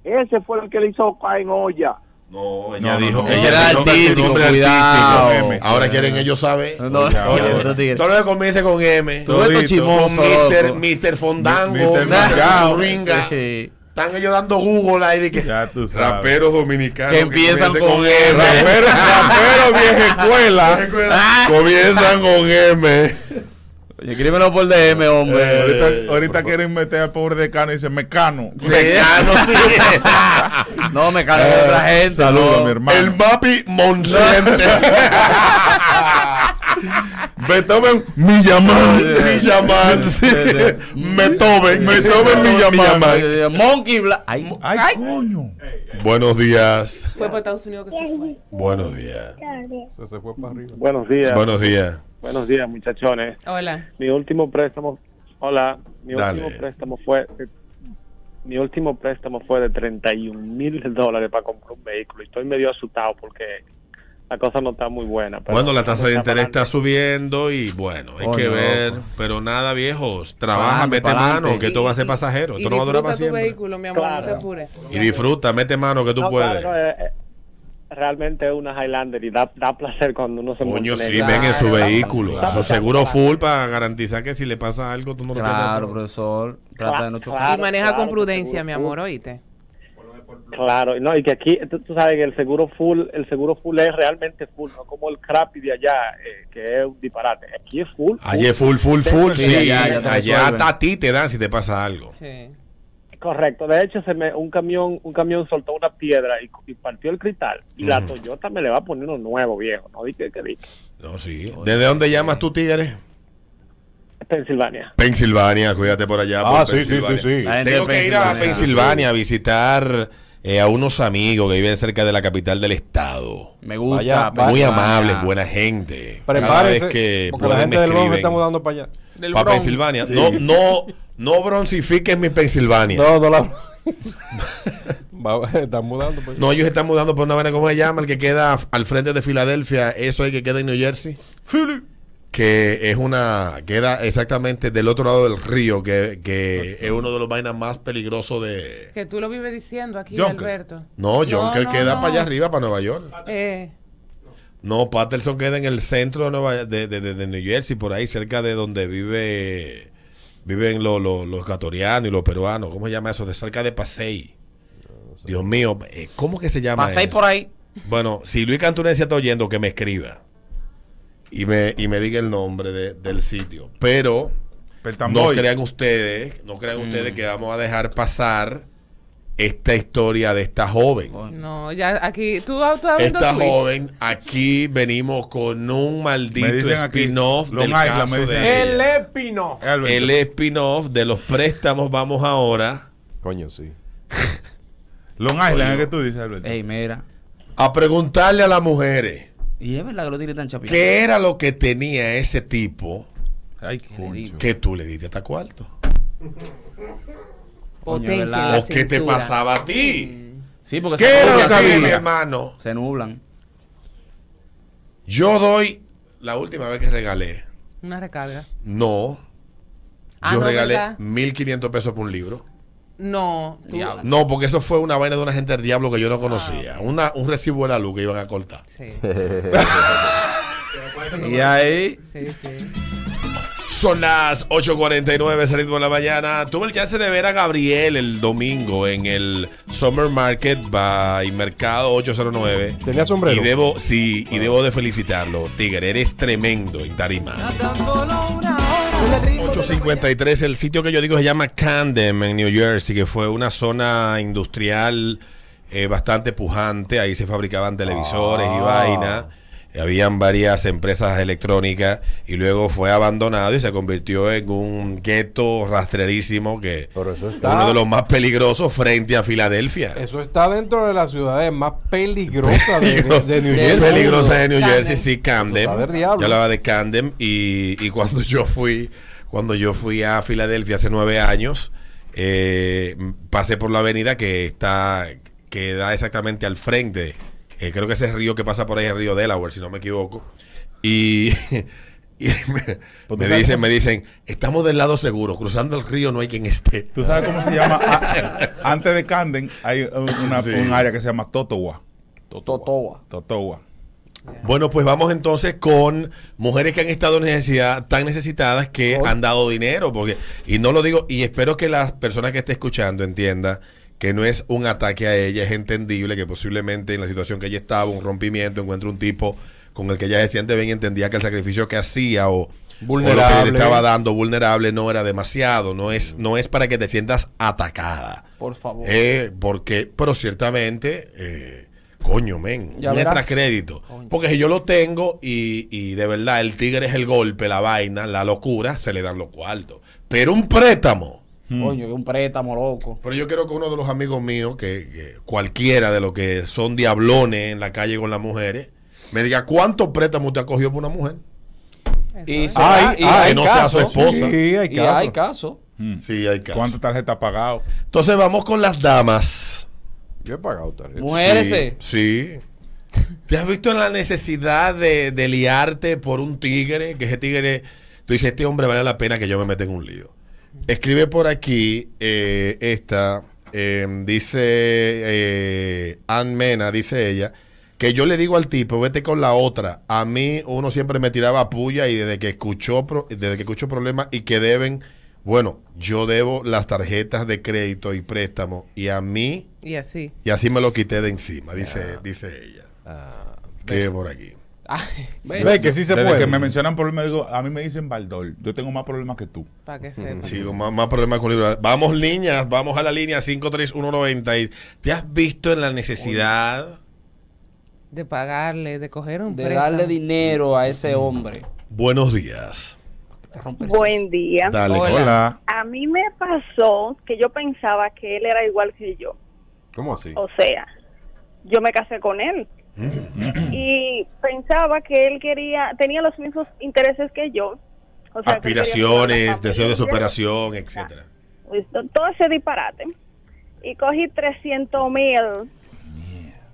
[SPEAKER 6] Ese fue el que le hizo caer en olla.
[SPEAKER 1] No, ella
[SPEAKER 13] no,
[SPEAKER 1] dijo.
[SPEAKER 13] no.
[SPEAKER 1] ella
[SPEAKER 4] Era
[SPEAKER 1] dijo que
[SPEAKER 4] artístico,
[SPEAKER 1] tiene nombre
[SPEAKER 4] cuidado.
[SPEAKER 1] meme. Ahora
[SPEAKER 4] Eh.
[SPEAKER 1] quieren ellos saber.
[SPEAKER 4] No, no,
[SPEAKER 1] Oye,
[SPEAKER 4] oye,
[SPEAKER 1] ahora.
[SPEAKER 4] otro tigre.
[SPEAKER 1] todo lo que comience con M.
[SPEAKER 4] Todo esto
[SPEAKER 1] Todito.
[SPEAKER 4] chimoso,
[SPEAKER 1] Con
[SPEAKER 4] loco.
[SPEAKER 1] Mr. Fondango, Mr.
[SPEAKER 13] Mr. Mangao.
[SPEAKER 1] Churringa.
[SPEAKER 4] Sí.
[SPEAKER 1] Están ellos dando Google ahí de que
[SPEAKER 13] Ya tú sabes.
[SPEAKER 1] raperos dominicanos
[SPEAKER 4] Que empiezan
[SPEAKER 1] comiencen
[SPEAKER 4] con M. Ah,
[SPEAKER 1] Raperos, raperos vieja escuela. comienzan con M.
[SPEAKER 4] Oye, escríbelo por DM,
[SPEAKER 1] Eh,
[SPEAKER 4] hombre.
[SPEAKER 13] Ahorita, ahorita
[SPEAKER 1] por-
[SPEAKER 13] quieren meter al pobre decano y dicen mecano.
[SPEAKER 1] Mecano, sí.
[SPEAKER 4] No, me cargo de otra gente.
[SPEAKER 13] Eh, Saludos,
[SPEAKER 4] no.
[SPEAKER 13] mi hermano. Eh,
[SPEAKER 1] El Mapi Monsiente. Beethoven Millamán. Millamán. sí. Beethoven. Beethoven Millamán.
[SPEAKER 4] Eh, Monkey Bla. Ay,
[SPEAKER 13] Ay, coño.
[SPEAKER 1] Buenos días.
[SPEAKER 3] Fue para Estados Unidos que se fue.
[SPEAKER 1] Buenos días.
[SPEAKER 2] Se, se fue para arriba.
[SPEAKER 11] Buenos días.
[SPEAKER 1] Buenos días.
[SPEAKER 11] Buenos días, muchachones.
[SPEAKER 3] Hola.
[SPEAKER 11] Mi último préstamo. Hola. Mi
[SPEAKER 1] Dale.
[SPEAKER 11] último préstamo fue. Mi último préstamo fue de 31 mil dólares para comprar un vehículo. Y estoy medio asustado porque
[SPEAKER 18] la cosa no está muy buena. pero-
[SPEAKER 1] Bueno, la tasa de
[SPEAKER 18] Está
[SPEAKER 1] interés
[SPEAKER 18] pagando.
[SPEAKER 1] está subiendo y bueno, hay
[SPEAKER 18] Coño,
[SPEAKER 1] que ver.
[SPEAKER 18] loco.
[SPEAKER 1] Pero nada, viejos, trabaja,
[SPEAKER 18] Pa'lante,
[SPEAKER 1] mete
[SPEAKER 18] pa'lante.
[SPEAKER 1] mano, que esto va a ser
[SPEAKER 18] Y-
[SPEAKER 1] pasajero.
[SPEAKER 3] Y
[SPEAKER 1] Esto no va a durar
[SPEAKER 3] disfruta
[SPEAKER 1] para
[SPEAKER 3] tu
[SPEAKER 1] siempre.
[SPEAKER 3] vehículo, mi amor, no te
[SPEAKER 18] Claro.
[SPEAKER 3] apures.
[SPEAKER 1] Y disfruta, mete mano, que tú
[SPEAKER 18] No,
[SPEAKER 1] puedes.
[SPEAKER 18] claro, eh, eh, realmente es una Highlander y da, da placer cuando uno se
[SPEAKER 1] Coño,
[SPEAKER 18] monta en
[SPEAKER 1] sí,
[SPEAKER 18] ella.
[SPEAKER 1] ven en su
[SPEAKER 18] Claro.
[SPEAKER 1] vehículo.
[SPEAKER 18] Está
[SPEAKER 1] A su
[SPEAKER 18] pasando.
[SPEAKER 1] seguro full para garantizar que si le pasa algo, tú no lo
[SPEAKER 4] Claro,
[SPEAKER 1] pierdes.
[SPEAKER 4] profesor. Trata de no chocar.
[SPEAKER 3] y maneja
[SPEAKER 18] claro,
[SPEAKER 3] con prudencia, mi amor, oíste.
[SPEAKER 18] Claro, no, y que aquí, tú, tú sabes que el seguro full, el seguro full es realmente full, no como el crappy de allá, eh, que es un disparate. Aquí es full.
[SPEAKER 1] Allá es full, full, full.
[SPEAKER 18] Sí,
[SPEAKER 1] Sí,
[SPEAKER 18] allá- allá te
[SPEAKER 1] allá
[SPEAKER 18] resuelven.
[SPEAKER 1] hasta a ti te dan si te pasa algo.
[SPEAKER 18] Correcto, de hecho se me, un camión, un camión soltó una piedra y, y partió el cristal y la
[SPEAKER 1] Ujú.
[SPEAKER 18] Toyota me le va a poner uno nuevo, viejo, no dije que dije.
[SPEAKER 1] No, sí. ¿Desde dónde llamas tú, Tigre?
[SPEAKER 18] Pensilvania.
[SPEAKER 1] Pensilvania, cuídate por allá.
[SPEAKER 2] Ah,
[SPEAKER 1] por
[SPEAKER 2] sí, sí,
[SPEAKER 1] Pensilvania.
[SPEAKER 2] sí, sí. La gente
[SPEAKER 1] Tengo
[SPEAKER 2] de
[SPEAKER 1] que ir a
[SPEAKER 2] Pensilvania.
[SPEAKER 1] Pensilvania a visitar eh, a unos amigos que viven cerca de la capital del estado.
[SPEAKER 4] Me
[SPEAKER 2] gusta, Vaya, Pensilvania.
[SPEAKER 1] muy amables, buena gente. Cada vez
[SPEAKER 2] Prepárese,
[SPEAKER 1] que
[SPEAKER 2] porque la
[SPEAKER 1] pueden
[SPEAKER 2] gente
[SPEAKER 1] me
[SPEAKER 2] del Bronx se
[SPEAKER 1] escriben.
[SPEAKER 2] está mudando para allá.
[SPEAKER 1] Para Pensilvania. No, no, no broncifiques mi Pensilvania.
[SPEAKER 2] No, no la... Va- Están mudando. Pues.
[SPEAKER 1] No, ellos están mudando por una vaina, ¿cómo se llama? El que queda f- al frente de Filadelfia, eso es que queda en New Jersey. Que es una, queda exactamente del otro lado del río, que, que es uno de los vainas más peligrosos de...
[SPEAKER 3] Eh. Que tú lo vives diciendo aquí,
[SPEAKER 1] Jonker.
[SPEAKER 3] Alberto.
[SPEAKER 1] No, John, que
[SPEAKER 3] no,
[SPEAKER 1] queda
[SPEAKER 3] no.
[SPEAKER 1] para allá arriba, para Nueva York.
[SPEAKER 3] Eh,
[SPEAKER 1] No, Patterson queda en el centro de, Nueva, de, de- de- de New Jersey, por ahí cerca de donde vive viven los, los, los ecuatorianos y los peruanos. ¿Cómo se llama eso? De cerca de Pasey. Dios mío, eh, ¿cómo que se llama
[SPEAKER 4] Pasei
[SPEAKER 1] eso?
[SPEAKER 4] por ahí.
[SPEAKER 1] Bueno, si Luis Cantunencia está oyendo, que me escriba y me, y me diga el nombre de- del sitio. Pero no
[SPEAKER 13] Pertamboy.
[SPEAKER 1] crean ustedes, no crean ustedes que vamos a dejar pasar esta historia de esta joven.
[SPEAKER 3] no, ya aquí. Tú has estado viendo
[SPEAKER 1] Esta
[SPEAKER 3] tweets.
[SPEAKER 1] joven, aquí venimos con un
[SPEAKER 13] Me
[SPEAKER 1] maldito
[SPEAKER 13] dicen aquí,
[SPEAKER 1] spin-off
[SPEAKER 13] Long
[SPEAKER 1] del
[SPEAKER 13] Island,
[SPEAKER 1] caso
[SPEAKER 13] me dicen
[SPEAKER 1] de
[SPEAKER 13] aquí.
[SPEAKER 1] ella.
[SPEAKER 2] Épino.
[SPEAKER 1] El spin-off de los préstamos vamos ahora.
[SPEAKER 2] Coño, sí.
[SPEAKER 13] Long Island es que tú dices, Alberto.
[SPEAKER 4] Ey, mira.
[SPEAKER 1] A preguntarle a las mujeres
[SPEAKER 4] Y es verdad que lo tigres tan chapitos.
[SPEAKER 1] qué era lo que tenía ese tipo
[SPEAKER 13] Ay,
[SPEAKER 1] que tú le diste hasta cuarto.
[SPEAKER 4] Potencia en la
[SPEAKER 1] o qué te
[SPEAKER 4] cintura.
[SPEAKER 1] pasaba a ti.
[SPEAKER 4] Sí, porque
[SPEAKER 1] ¿Qué
[SPEAKER 4] se
[SPEAKER 1] era
[SPEAKER 4] nubla
[SPEAKER 1] lo que
[SPEAKER 4] así,
[SPEAKER 1] había, mi
[SPEAKER 4] mira.
[SPEAKER 1] hermano?
[SPEAKER 4] Se nublan.
[SPEAKER 1] Yo doy la última vez que regalé.
[SPEAKER 3] Una recarga.
[SPEAKER 1] No.
[SPEAKER 3] Ah,
[SPEAKER 1] yo
[SPEAKER 3] no,
[SPEAKER 1] regalé
[SPEAKER 3] ¿verdad?
[SPEAKER 1] 1.500 pesos por un libro.
[SPEAKER 3] No, tú-
[SPEAKER 1] No, porque eso fue una vaina de una gente del diablo que yo
[SPEAKER 3] Ah,
[SPEAKER 1] no conocía. Una, un recibo de la luz que iban a cortar.
[SPEAKER 4] Y ahí.
[SPEAKER 3] Sí, sí.
[SPEAKER 1] Son las 8.49, es el ritmo de la mañana. Tuve el chance de ver a Gabriel el domingo en el Summer Market by Mercado 809.
[SPEAKER 2] Tenía sombrero.
[SPEAKER 1] Y debo, sí, y debo de felicitarlo. Tigre, eres tremendo en tarima. 853, el sitio que yo digo se llama Camden en New Jersey, que fue una zona industrial eh, bastante pujante. Ahí se fabricaban televisores y vaina. Habían varias empresas electrónicas y luego fue abandonado y se convirtió en un gueto rastrerísimo que
[SPEAKER 2] está-
[SPEAKER 1] uno de los más peligrosos frente a Filadelfia.
[SPEAKER 2] Eso está dentro de las ciudades más peligrosas de, de- de New
[SPEAKER 1] Es
[SPEAKER 2] Jersey.
[SPEAKER 1] peligrosa de New Jersey, sí, Camden.
[SPEAKER 2] Eso está del
[SPEAKER 1] Yo
[SPEAKER 2] diablo.
[SPEAKER 1] hablaba de Camden y, y cuando yo fui, cuando yo fui a Filadelfia hace nueve años, eh, m- pasé por la avenida que está, que da exactamente al frente. eh, creo que ese río que pasa por ahí es el río Delaware, si no me equivoco. Y, y me,
[SPEAKER 2] Pues,
[SPEAKER 1] me
[SPEAKER 13] sabes
[SPEAKER 1] dicen,
[SPEAKER 13] cómo-
[SPEAKER 1] me dicen, estamos del lado seguro, cruzando el río no hay quien esté.
[SPEAKER 13] ¿Tú sabes cómo se llama? Ah, Antes de Camden hay una,
[SPEAKER 1] Sí.
[SPEAKER 13] un área que se llama Totowa. Totowa. Totowa.
[SPEAKER 1] Bueno, pues vamos entonces con mujeres que han estado en necesidad, tan necesitadas que han dado dinero, porque y no lo digo y espero que las personas que esté escuchando entienda que no es un ataque a ella, es entendible que posiblemente en la situación que ella estaba, un rompimiento, encuentra un tipo con el que ella se siente bien y entendía que el sacrificio que hacía o, o lo que le
[SPEAKER 2] Vulnerable.
[SPEAKER 1] estaba dando vulnerable no era demasiado, no es no es para que te sientas atacada.
[SPEAKER 4] Mm. Por favor.
[SPEAKER 1] Eh, porque, pero ciertamente, eh, coño, men,
[SPEAKER 4] Ya
[SPEAKER 1] un
[SPEAKER 4] verás.
[SPEAKER 1] extra crédito. Porque si yo lo tengo y, y de verdad el tigre es el golpe, la vaina, la locura, se le dan los cuartos. Pero un préstamo.
[SPEAKER 13] Mm.
[SPEAKER 4] Coño, un préstamo loco.
[SPEAKER 1] Pero yo quiero que uno de los amigos míos, que, que cualquiera de los que son diablones en la calle con las mujeres, me diga cuánto préstamo te ha cogido por una mujer.
[SPEAKER 4] Y se
[SPEAKER 1] Ay,
[SPEAKER 4] da- y
[SPEAKER 1] ay, que no sea su esposa.
[SPEAKER 2] Sí, hay
[SPEAKER 4] y
[SPEAKER 1] casos.
[SPEAKER 4] hay caso.
[SPEAKER 1] Sí, hay casos.
[SPEAKER 13] ¿Cuánto tarjeta ha pagado?
[SPEAKER 1] Entonces vamos con las damas.
[SPEAKER 2] Yo he pagado tarjeta.
[SPEAKER 4] Mujeres, eh.
[SPEAKER 1] Sí. sí. ¿Te has visto en la necesidad de, de liarte por un tigre? Que ese tigre, tú dices, este hombre vale la pena que yo me meta en un lío. Escribe por aquí eh, esta, eh, dice eh, Ann Mena, dice ella, que yo le digo al tipo, vete con la otra. A mí uno siempre me tiraba puya y desde que escuchó, pro- desde que escucho problemas y que deben, bueno, yo debo las tarjetas de crédito y préstamo y a mí
[SPEAKER 3] Y así.
[SPEAKER 1] y así me lo quité de encima, dice, dice ella. que
[SPEAKER 13] ves.
[SPEAKER 1] por aquí.
[SPEAKER 3] ¿ves?
[SPEAKER 13] Desde que me mencionan problemas, digo, a mí me dicen Baldor. Yo tengo más problemas que tú.
[SPEAKER 3] Para que sepa.
[SPEAKER 1] Sí, con más, más problemas con libros. Vamos, niñas, vamos a la línea 53190. y- ¿Te has visto en la necesidad?
[SPEAKER 3] De pagarle, de coger un
[SPEAKER 4] De
[SPEAKER 3] préstamo.
[SPEAKER 4] darle dinero a ese hombre.
[SPEAKER 1] Buenos días.
[SPEAKER 16] Buen día.
[SPEAKER 1] Dale, Hola. hola.
[SPEAKER 16] A mí me pasó que yo pensaba que él era igual que yo.
[SPEAKER 2] ¿Cómo así?
[SPEAKER 16] O sea, yo me casé con él
[SPEAKER 1] Mm.
[SPEAKER 16] y pensaba que él quería, tenía los mismos intereses que yo. O sea, que él quería
[SPEAKER 1] Aspiraciones, deseo de superación, etcétera.
[SPEAKER 16] Esto- todo ese disparate. Y cogí 300 mil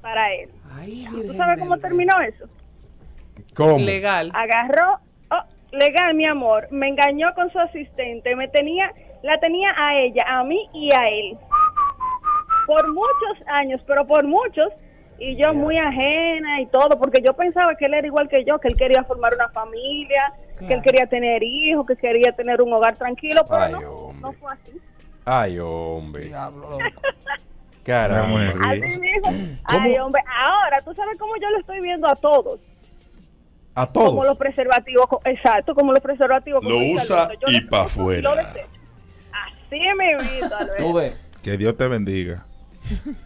[SPEAKER 16] para él. ¿Tú sabes cómo terminó eso?
[SPEAKER 2] ¿Cómo?
[SPEAKER 16] Agarró, oh, legal, mi amor. Me engañó con su asistente. Me tenía, la tenía a ella, a mí y a él. Por muchos años, pero por muchos. Y yo muy ajena y todo, porque yo pensaba que él era igual que yo, que él quería formar una familia, que él quería tener hijos, que quería tener un hogar tranquilo, pero
[SPEAKER 2] Ay,
[SPEAKER 16] no,
[SPEAKER 2] hombre.
[SPEAKER 16] no fue así.
[SPEAKER 2] Ay, hombre.
[SPEAKER 16] ah.
[SPEAKER 2] Caramba.
[SPEAKER 16] Así mismo. Ay, hombre, ahora tú sabes cómo yo lo estoy viendo a todos.
[SPEAKER 2] A
[SPEAKER 16] Como los preservativos, co- exacto, como los preservativos.
[SPEAKER 1] Lo usa y pa' afuera.
[SPEAKER 16] Sí, mi vida, Alberto.
[SPEAKER 13] Que Dios te bendiga.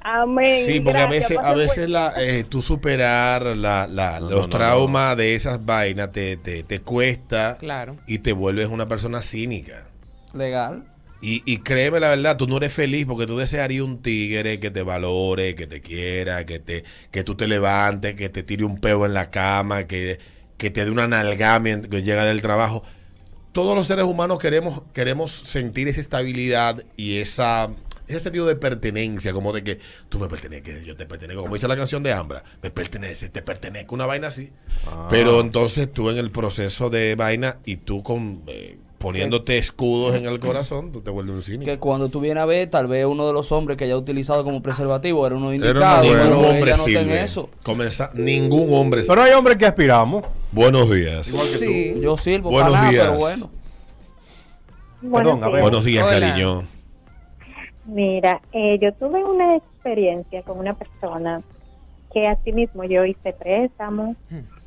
[SPEAKER 16] Amén.
[SPEAKER 1] Sí, porque a
[SPEAKER 16] Gracias,
[SPEAKER 1] veces, a
[SPEAKER 16] pasen
[SPEAKER 1] veces la, eh, tú superar la, la- los
[SPEAKER 2] no, no,
[SPEAKER 1] traumas de esas vainas te, te, te cuesta
[SPEAKER 3] Claro.
[SPEAKER 1] y te vuelves una persona cínica.
[SPEAKER 4] Legal.
[SPEAKER 1] Y, y créeme la verdad, tú no eres feliz porque tú desearías un tigre que te valore, que te quiera, que te que tú te levantes, que te tire un peo en la cama, que, que te dé una nalgada mientras que llega del trabajo. Todos los seres humanos queremos, queremos sentir esa estabilidad y esa, ese sentido de pertenencia, como de que tú me perteneces, yo te pertenezco, como dice la canción de Ambra, me pertenece, te pertenezco, una vaina así. Pero entonces tú en el proceso de vaina y tú con, eh, poniéndote escudos en el corazón, tú te vuelves un cínico.
[SPEAKER 4] Que cuando tú vienes a ver, tal vez uno de los hombres que haya utilizado como preservativo era uno indicado.
[SPEAKER 1] ningún
[SPEAKER 4] pero
[SPEAKER 1] hombre
[SPEAKER 4] ella no está en
[SPEAKER 1] sirve.
[SPEAKER 4] eso.
[SPEAKER 1] Comenzar- ningún hombre
[SPEAKER 2] Pero hay hombres que aspiramos.
[SPEAKER 1] Buenos días.
[SPEAKER 4] Sí. Yo sirvo
[SPEAKER 1] Buenos
[SPEAKER 4] para nada,
[SPEAKER 1] días.
[SPEAKER 4] pero bueno.
[SPEAKER 2] Perdón, a ver.
[SPEAKER 1] Buenos días,
[SPEAKER 2] Hola.
[SPEAKER 1] cariño.
[SPEAKER 15] Mira, eh, yo tuve una experiencia con una persona que así mismo yo hice préstamo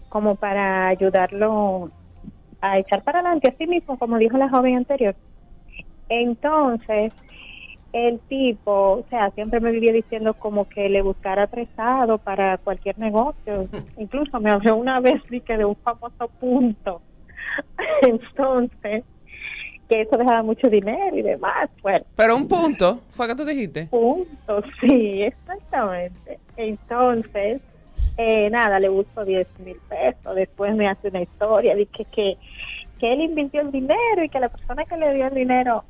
[SPEAKER 15] como para ayudarlo a echar para adelante a sí mismo, como dijo la joven anterior. Entonces, el tipo, o sea, siempre me vivía diciendo como que le buscara prestado para cualquier negocio. Incluso me habló una vez de que de un famoso punto. Entonces, que eso dejaba mucho dinero y demás. Bueno,
[SPEAKER 3] Pero un punto, fue que tú dijiste.
[SPEAKER 15] punto, sí, exactamente. Entonces, eh, nada, le busco 10 mil pesos, después me hace una historia, de que, que, que él invirtió el dinero y que la persona que le dio el dinero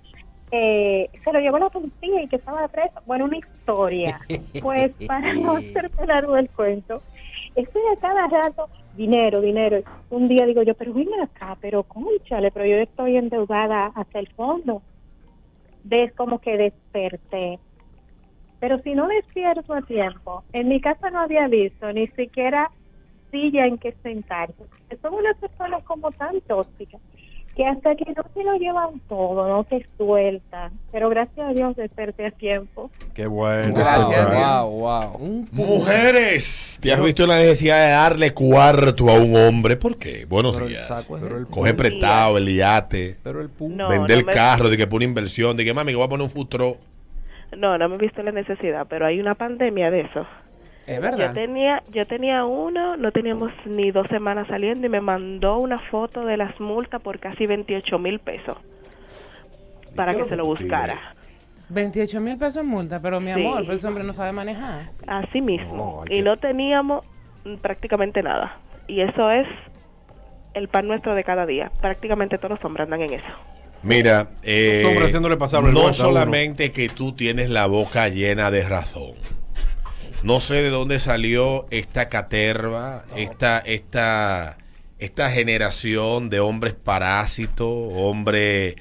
[SPEAKER 15] eh, se lo llevó a la policía y que estaba preso. Bueno, una historia. Pues para no hacerte largo el cuento, estoy a cada rato, dinero, dinero. Un día digo yo, pero venga acá, pero cónchale, pero yo estoy endeudada hasta el fondo. Ves como que desperté. Pero si no despierto a tiempo, en mi casa no había visto ni siquiera silla en que sentarse. Son unas personas como tan tóxicas que hasta que no te lo llevan todo, no te sueltan. Pero gracias a Dios desperté a tiempo.
[SPEAKER 2] Qué bueno.
[SPEAKER 4] Wow, wow,
[SPEAKER 1] Mujeres, ¿te has visto la necesidad de darle cuarto a un hombre? ¿Por qué? Buenos días. Coge prestado el yate,
[SPEAKER 2] Pero el punto.
[SPEAKER 10] No,
[SPEAKER 1] vender
[SPEAKER 10] no
[SPEAKER 1] el
[SPEAKER 10] me-
[SPEAKER 1] carro, de que pone inversión, de que mami, que voy a poner un futuro.
[SPEAKER 10] No, no me he visto la necesidad, pero hay una pandemia de eso.
[SPEAKER 3] Es
[SPEAKER 10] Yo
[SPEAKER 3] verdad.
[SPEAKER 10] tenía, yo tenía uno, no teníamos ni dos semanas saliendo y me mandó una foto de las multas por casi 28 mil pesos para que se lo buscara.
[SPEAKER 3] 28 mil pesos en multa, pero mi
[SPEAKER 10] Sí.
[SPEAKER 3] amor, pero ese hombre no sabe manejar.
[SPEAKER 10] Así mismo.
[SPEAKER 3] No, hay
[SPEAKER 10] y
[SPEAKER 3] que-
[SPEAKER 10] no teníamos mm, prácticamente nada. Y eso es el pan nuestro de cada día. Prácticamente todos los hombres andan en eso.
[SPEAKER 1] Mira, eh,
[SPEAKER 2] hombres haciéndole pasar vergüenza
[SPEAKER 1] no
[SPEAKER 2] a uno.
[SPEAKER 1] solamente que tú tienes la boca llena de razón, No sé de dónde salió esta caterva, esta, esta, esta generación de hombres parásitos, hombres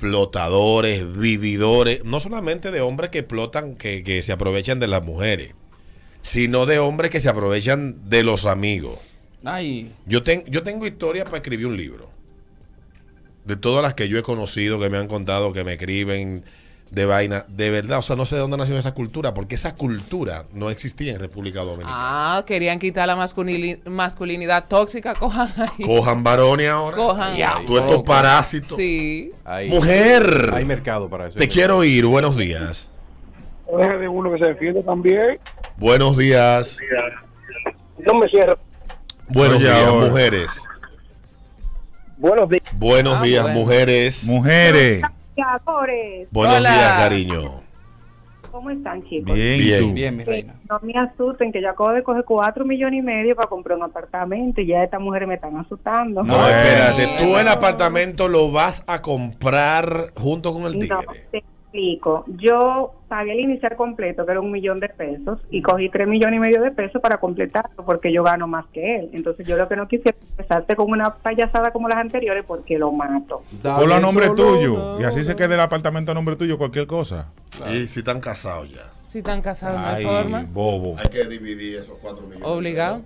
[SPEAKER 1] explotadores, vividores, no solamente de hombres que explotan, que, que se aprovechan de las mujeres, sino de hombres que se aprovechan de los amigos.
[SPEAKER 4] Ay,
[SPEAKER 1] Yo, ten- yo tengo historias para escribir un libro. De todas las que yo he conocido, que me han contado, que me escriben de vaina. De verdad, o sea, no sé de dónde nació esa cultura, porque esa cultura no existía en República Dominicana.
[SPEAKER 3] Ah, querían quitar la masculini- masculinidad tóxica, cojan ahí.
[SPEAKER 1] Cojan varones
[SPEAKER 3] Ah.
[SPEAKER 1] ahora.
[SPEAKER 3] Cojan.
[SPEAKER 1] Ya, Tú estos parásitos.
[SPEAKER 3] Sí.
[SPEAKER 1] Mujer.
[SPEAKER 2] Hay mercado para eso.
[SPEAKER 1] Te quiero ir. Buenos días.
[SPEAKER 17] Deja de uno que se defiende también.
[SPEAKER 1] Buenos días.
[SPEAKER 17] No me cierro.
[SPEAKER 1] Buenos
[SPEAKER 13] Oye,
[SPEAKER 1] días,
[SPEAKER 13] ahora.
[SPEAKER 1] mujeres.
[SPEAKER 17] Buenos días.
[SPEAKER 1] Buenos
[SPEAKER 17] Ah,
[SPEAKER 1] días,
[SPEAKER 17] bueno.
[SPEAKER 1] mujeres.
[SPEAKER 13] Mujeres.
[SPEAKER 1] Buenos
[SPEAKER 15] Hola.
[SPEAKER 1] días, cariño.
[SPEAKER 15] ¿Cómo están, chicos?
[SPEAKER 1] Bien, Bien. ¿y tú?
[SPEAKER 4] Bien, mi
[SPEAKER 15] Sí,
[SPEAKER 4] reina.
[SPEAKER 15] No me asusten, que yo acabo de coger cuatro millones y medio para comprar un apartamento y ya estas mujeres me están asustando.
[SPEAKER 1] No, espérate. Tú el apartamento lo vas a comprar junto con el tigre.
[SPEAKER 15] No, te explico. Yo pagué el inicial completo, que era un millón de pesos, y cogí tres millones y medio de pesos para completarlo, porque yo gano más que él. Entonces yo lo que no quisiera es empezarte con una payasada como las anteriores, porque lo mato.
[SPEAKER 13] Ponlo a nombre tuyo. Y así se queda el apartamento a nombre tuyo, cualquier cosa.
[SPEAKER 1] Y si están casados ya.
[SPEAKER 3] Si están casados, no hay
[SPEAKER 13] Ay,
[SPEAKER 3] forma.
[SPEAKER 13] bobo.
[SPEAKER 1] Hay que dividir esos cuatro millones.
[SPEAKER 3] Obligado.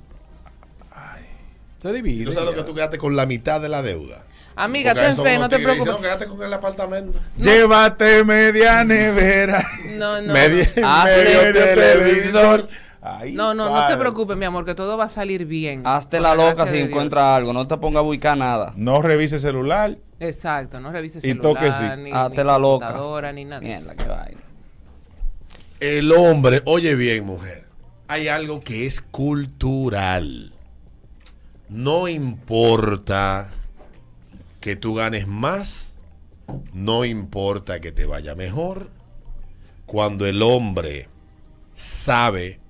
[SPEAKER 2] Se divide.
[SPEAKER 1] Tú sabes lo que tú quedaste con la mitad de la deuda.
[SPEAKER 3] Amiga,
[SPEAKER 1] Porque
[SPEAKER 3] ten
[SPEAKER 1] son
[SPEAKER 3] fe,
[SPEAKER 1] unos
[SPEAKER 3] no te
[SPEAKER 1] tigres que
[SPEAKER 3] preocupes.
[SPEAKER 1] dicen, "No, quédate con el apartamento.
[SPEAKER 13] Llévate media nevera.
[SPEAKER 3] No, Ah, no.
[SPEAKER 13] Media-
[SPEAKER 4] Hazte-
[SPEAKER 13] medio televisor.
[SPEAKER 3] No, no, no te preocupes, mi amor, que todo va a salir bien.
[SPEAKER 4] Hazte
[SPEAKER 3] Por
[SPEAKER 4] la loca
[SPEAKER 3] gracia
[SPEAKER 4] si
[SPEAKER 3] Pues de Dios.
[SPEAKER 4] encuentra algo. No te ponga a buscar nada.
[SPEAKER 13] No revise celular.
[SPEAKER 3] Exacto, no revises
[SPEAKER 4] Y
[SPEAKER 3] celular,
[SPEAKER 4] toque
[SPEAKER 1] Pues
[SPEAKER 4] sí.
[SPEAKER 3] ni,
[SPEAKER 4] Hazte
[SPEAKER 3] ni
[SPEAKER 4] la Ah, loca.
[SPEAKER 3] computadora, ni nada.
[SPEAKER 4] Mierda, qué vaina.
[SPEAKER 1] El hombre, oye bien, mujer, hay algo que es cultural. No importa que tú ganes más, no importa que te vaya mejor. Cuando el hombre sabe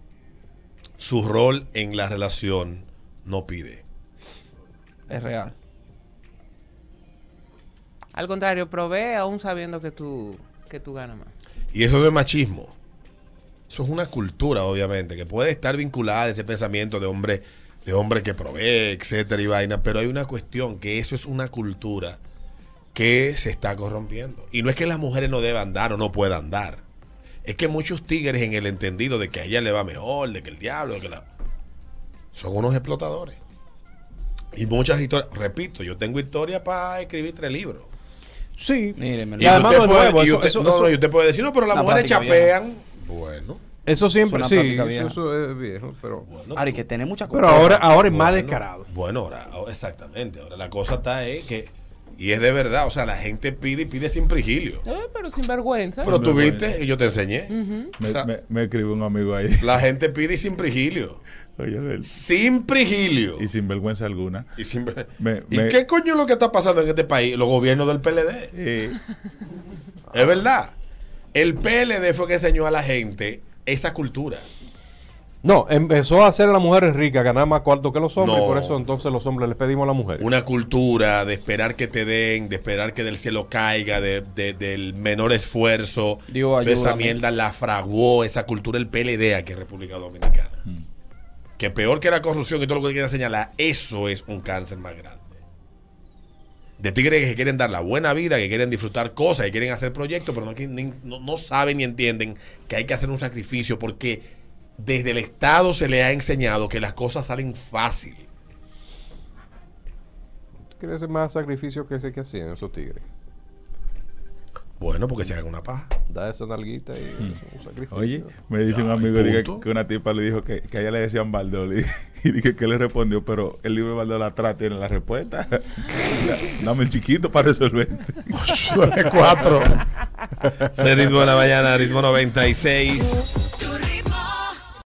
[SPEAKER 1] su rol en la relación, no pide.
[SPEAKER 4] Es real.
[SPEAKER 3] Al contrario, provee aún sabiendo que tú, que tú ganas más.
[SPEAKER 1] Y eso no es machismo. Eso es una cultura, obviamente, que puede estar vinculada a ese pensamiento de hombre, de hombre que provee, etcétera, y vaina. Pero hay una cuestión, que eso es una cultura que se está corrompiendo. Y no es que las mujeres no deban dar o no puedan dar. Es que muchos tigres en el entendido de que a ella le va mejor, de que el diablo, de que la... Son unos explotadores. Y muchas historias, repito, yo tengo historias para escribir tres libros.
[SPEAKER 2] Sí.
[SPEAKER 4] Mírenme.
[SPEAKER 1] Y usted puede- y usted- no, no, y usted puede decir, no, pero las mujeres chapean. Bueno.
[SPEAKER 2] Eso siempre,
[SPEAKER 4] Es una
[SPEAKER 2] sí.
[SPEAKER 4] práctica
[SPEAKER 2] Eso,
[SPEAKER 4] vieja.
[SPEAKER 2] eso es viejo, pero...
[SPEAKER 4] Ari, que tiene mucha
[SPEAKER 2] Pero ahora, ahora es más descarado.
[SPEAKER 1] Bueno, ahora, ahora- exactamente. Ahora la cosa está es que. Y es de verdad, o sea, la gente pide y pide sin prigilio.
[SPEAKER 3] Eh, pero sin vergüenza.
[SPEAKER 1] Pero tú viste, y yo te enseñé.
[SPEAKER 3] Ujú.
[SPEAKER 13] Me,
[SPEAKER 1] O sea,
[SPEAKER 13] me- me escribe un amigo ahí.
[SPEAKER 1] La gente pide y sin prigilio.
[SPEAKER 13] Oye, el-
[SPEAKER 1] Sin prigilio.
[SPEAKER 13] Y sin vergüenza alguna.
[SPEAKER 1] Y, sin ver-
[SPEAKER 13] Me-
[SPEAKER 1] ¿Y
[SPEAKER 13] me-
[SPEAKER 1] qué coño es lo que está pasando en este país? Los gobiernos del PLD.
[SPEAKER 13] Eh,
[SPEAKER 1] Es verdad. El PLD fue que enseñó a la gente esa cultura.
[SPEAKER 2] No, empezó a hacer a las mujeres ricas, ganar más cuarto que los hombres,
[SPEAKER 1] No.
[SPEAKER 2] y por eso entonces los hombres les pedimos a las mujeres.
[SPEAKER 1] Una cultura de esperar que te den, de esperar que del cielo caiga, de- de- del menor esfuerzo.
[SPEAKER 4] Dios, ayúdame.
[SPEAKER 1] Esa mierda la fraguó esa cultura el PLD aquí en República Dominicana. Que peor que la corrupción y todo lo que quieran señalar, eso es un cáncer más grande. De tigres que quieren dar la buena vida, que quieren disfrutar cosas, que quieren hacer proyectos, pero no, qui- ni- no- no saben ni entienden que hay que hacer un sacrificio porque desde el Estado se le ha enseñado que las cosas salen fácil.
[SPEAKER 2] Quiere hacer más sacrificio que ese que hacían esos tigres.
[SPEAKER 1] Bueno, porque se hagan una paja.
[SPEAKER 2] Da esa nalguita y es un sacrificio.
[SPEAKER 13] oye, me dice un
[SPEAKER 1] Ay,
[SPEAKER 13] amigo diga,
[SPEAKER 1] punto.
[SPEAKER 13] que una tipa le dijo que, que a ella le decían Baldol. Y, y dije que le respondió, pero el libro de Baldol atrás tiene la respuesta. Dame el chiquito para resolverte.
[SPEAKER 1] 9-4. Ese ritmo de la mañana, ritmo 96.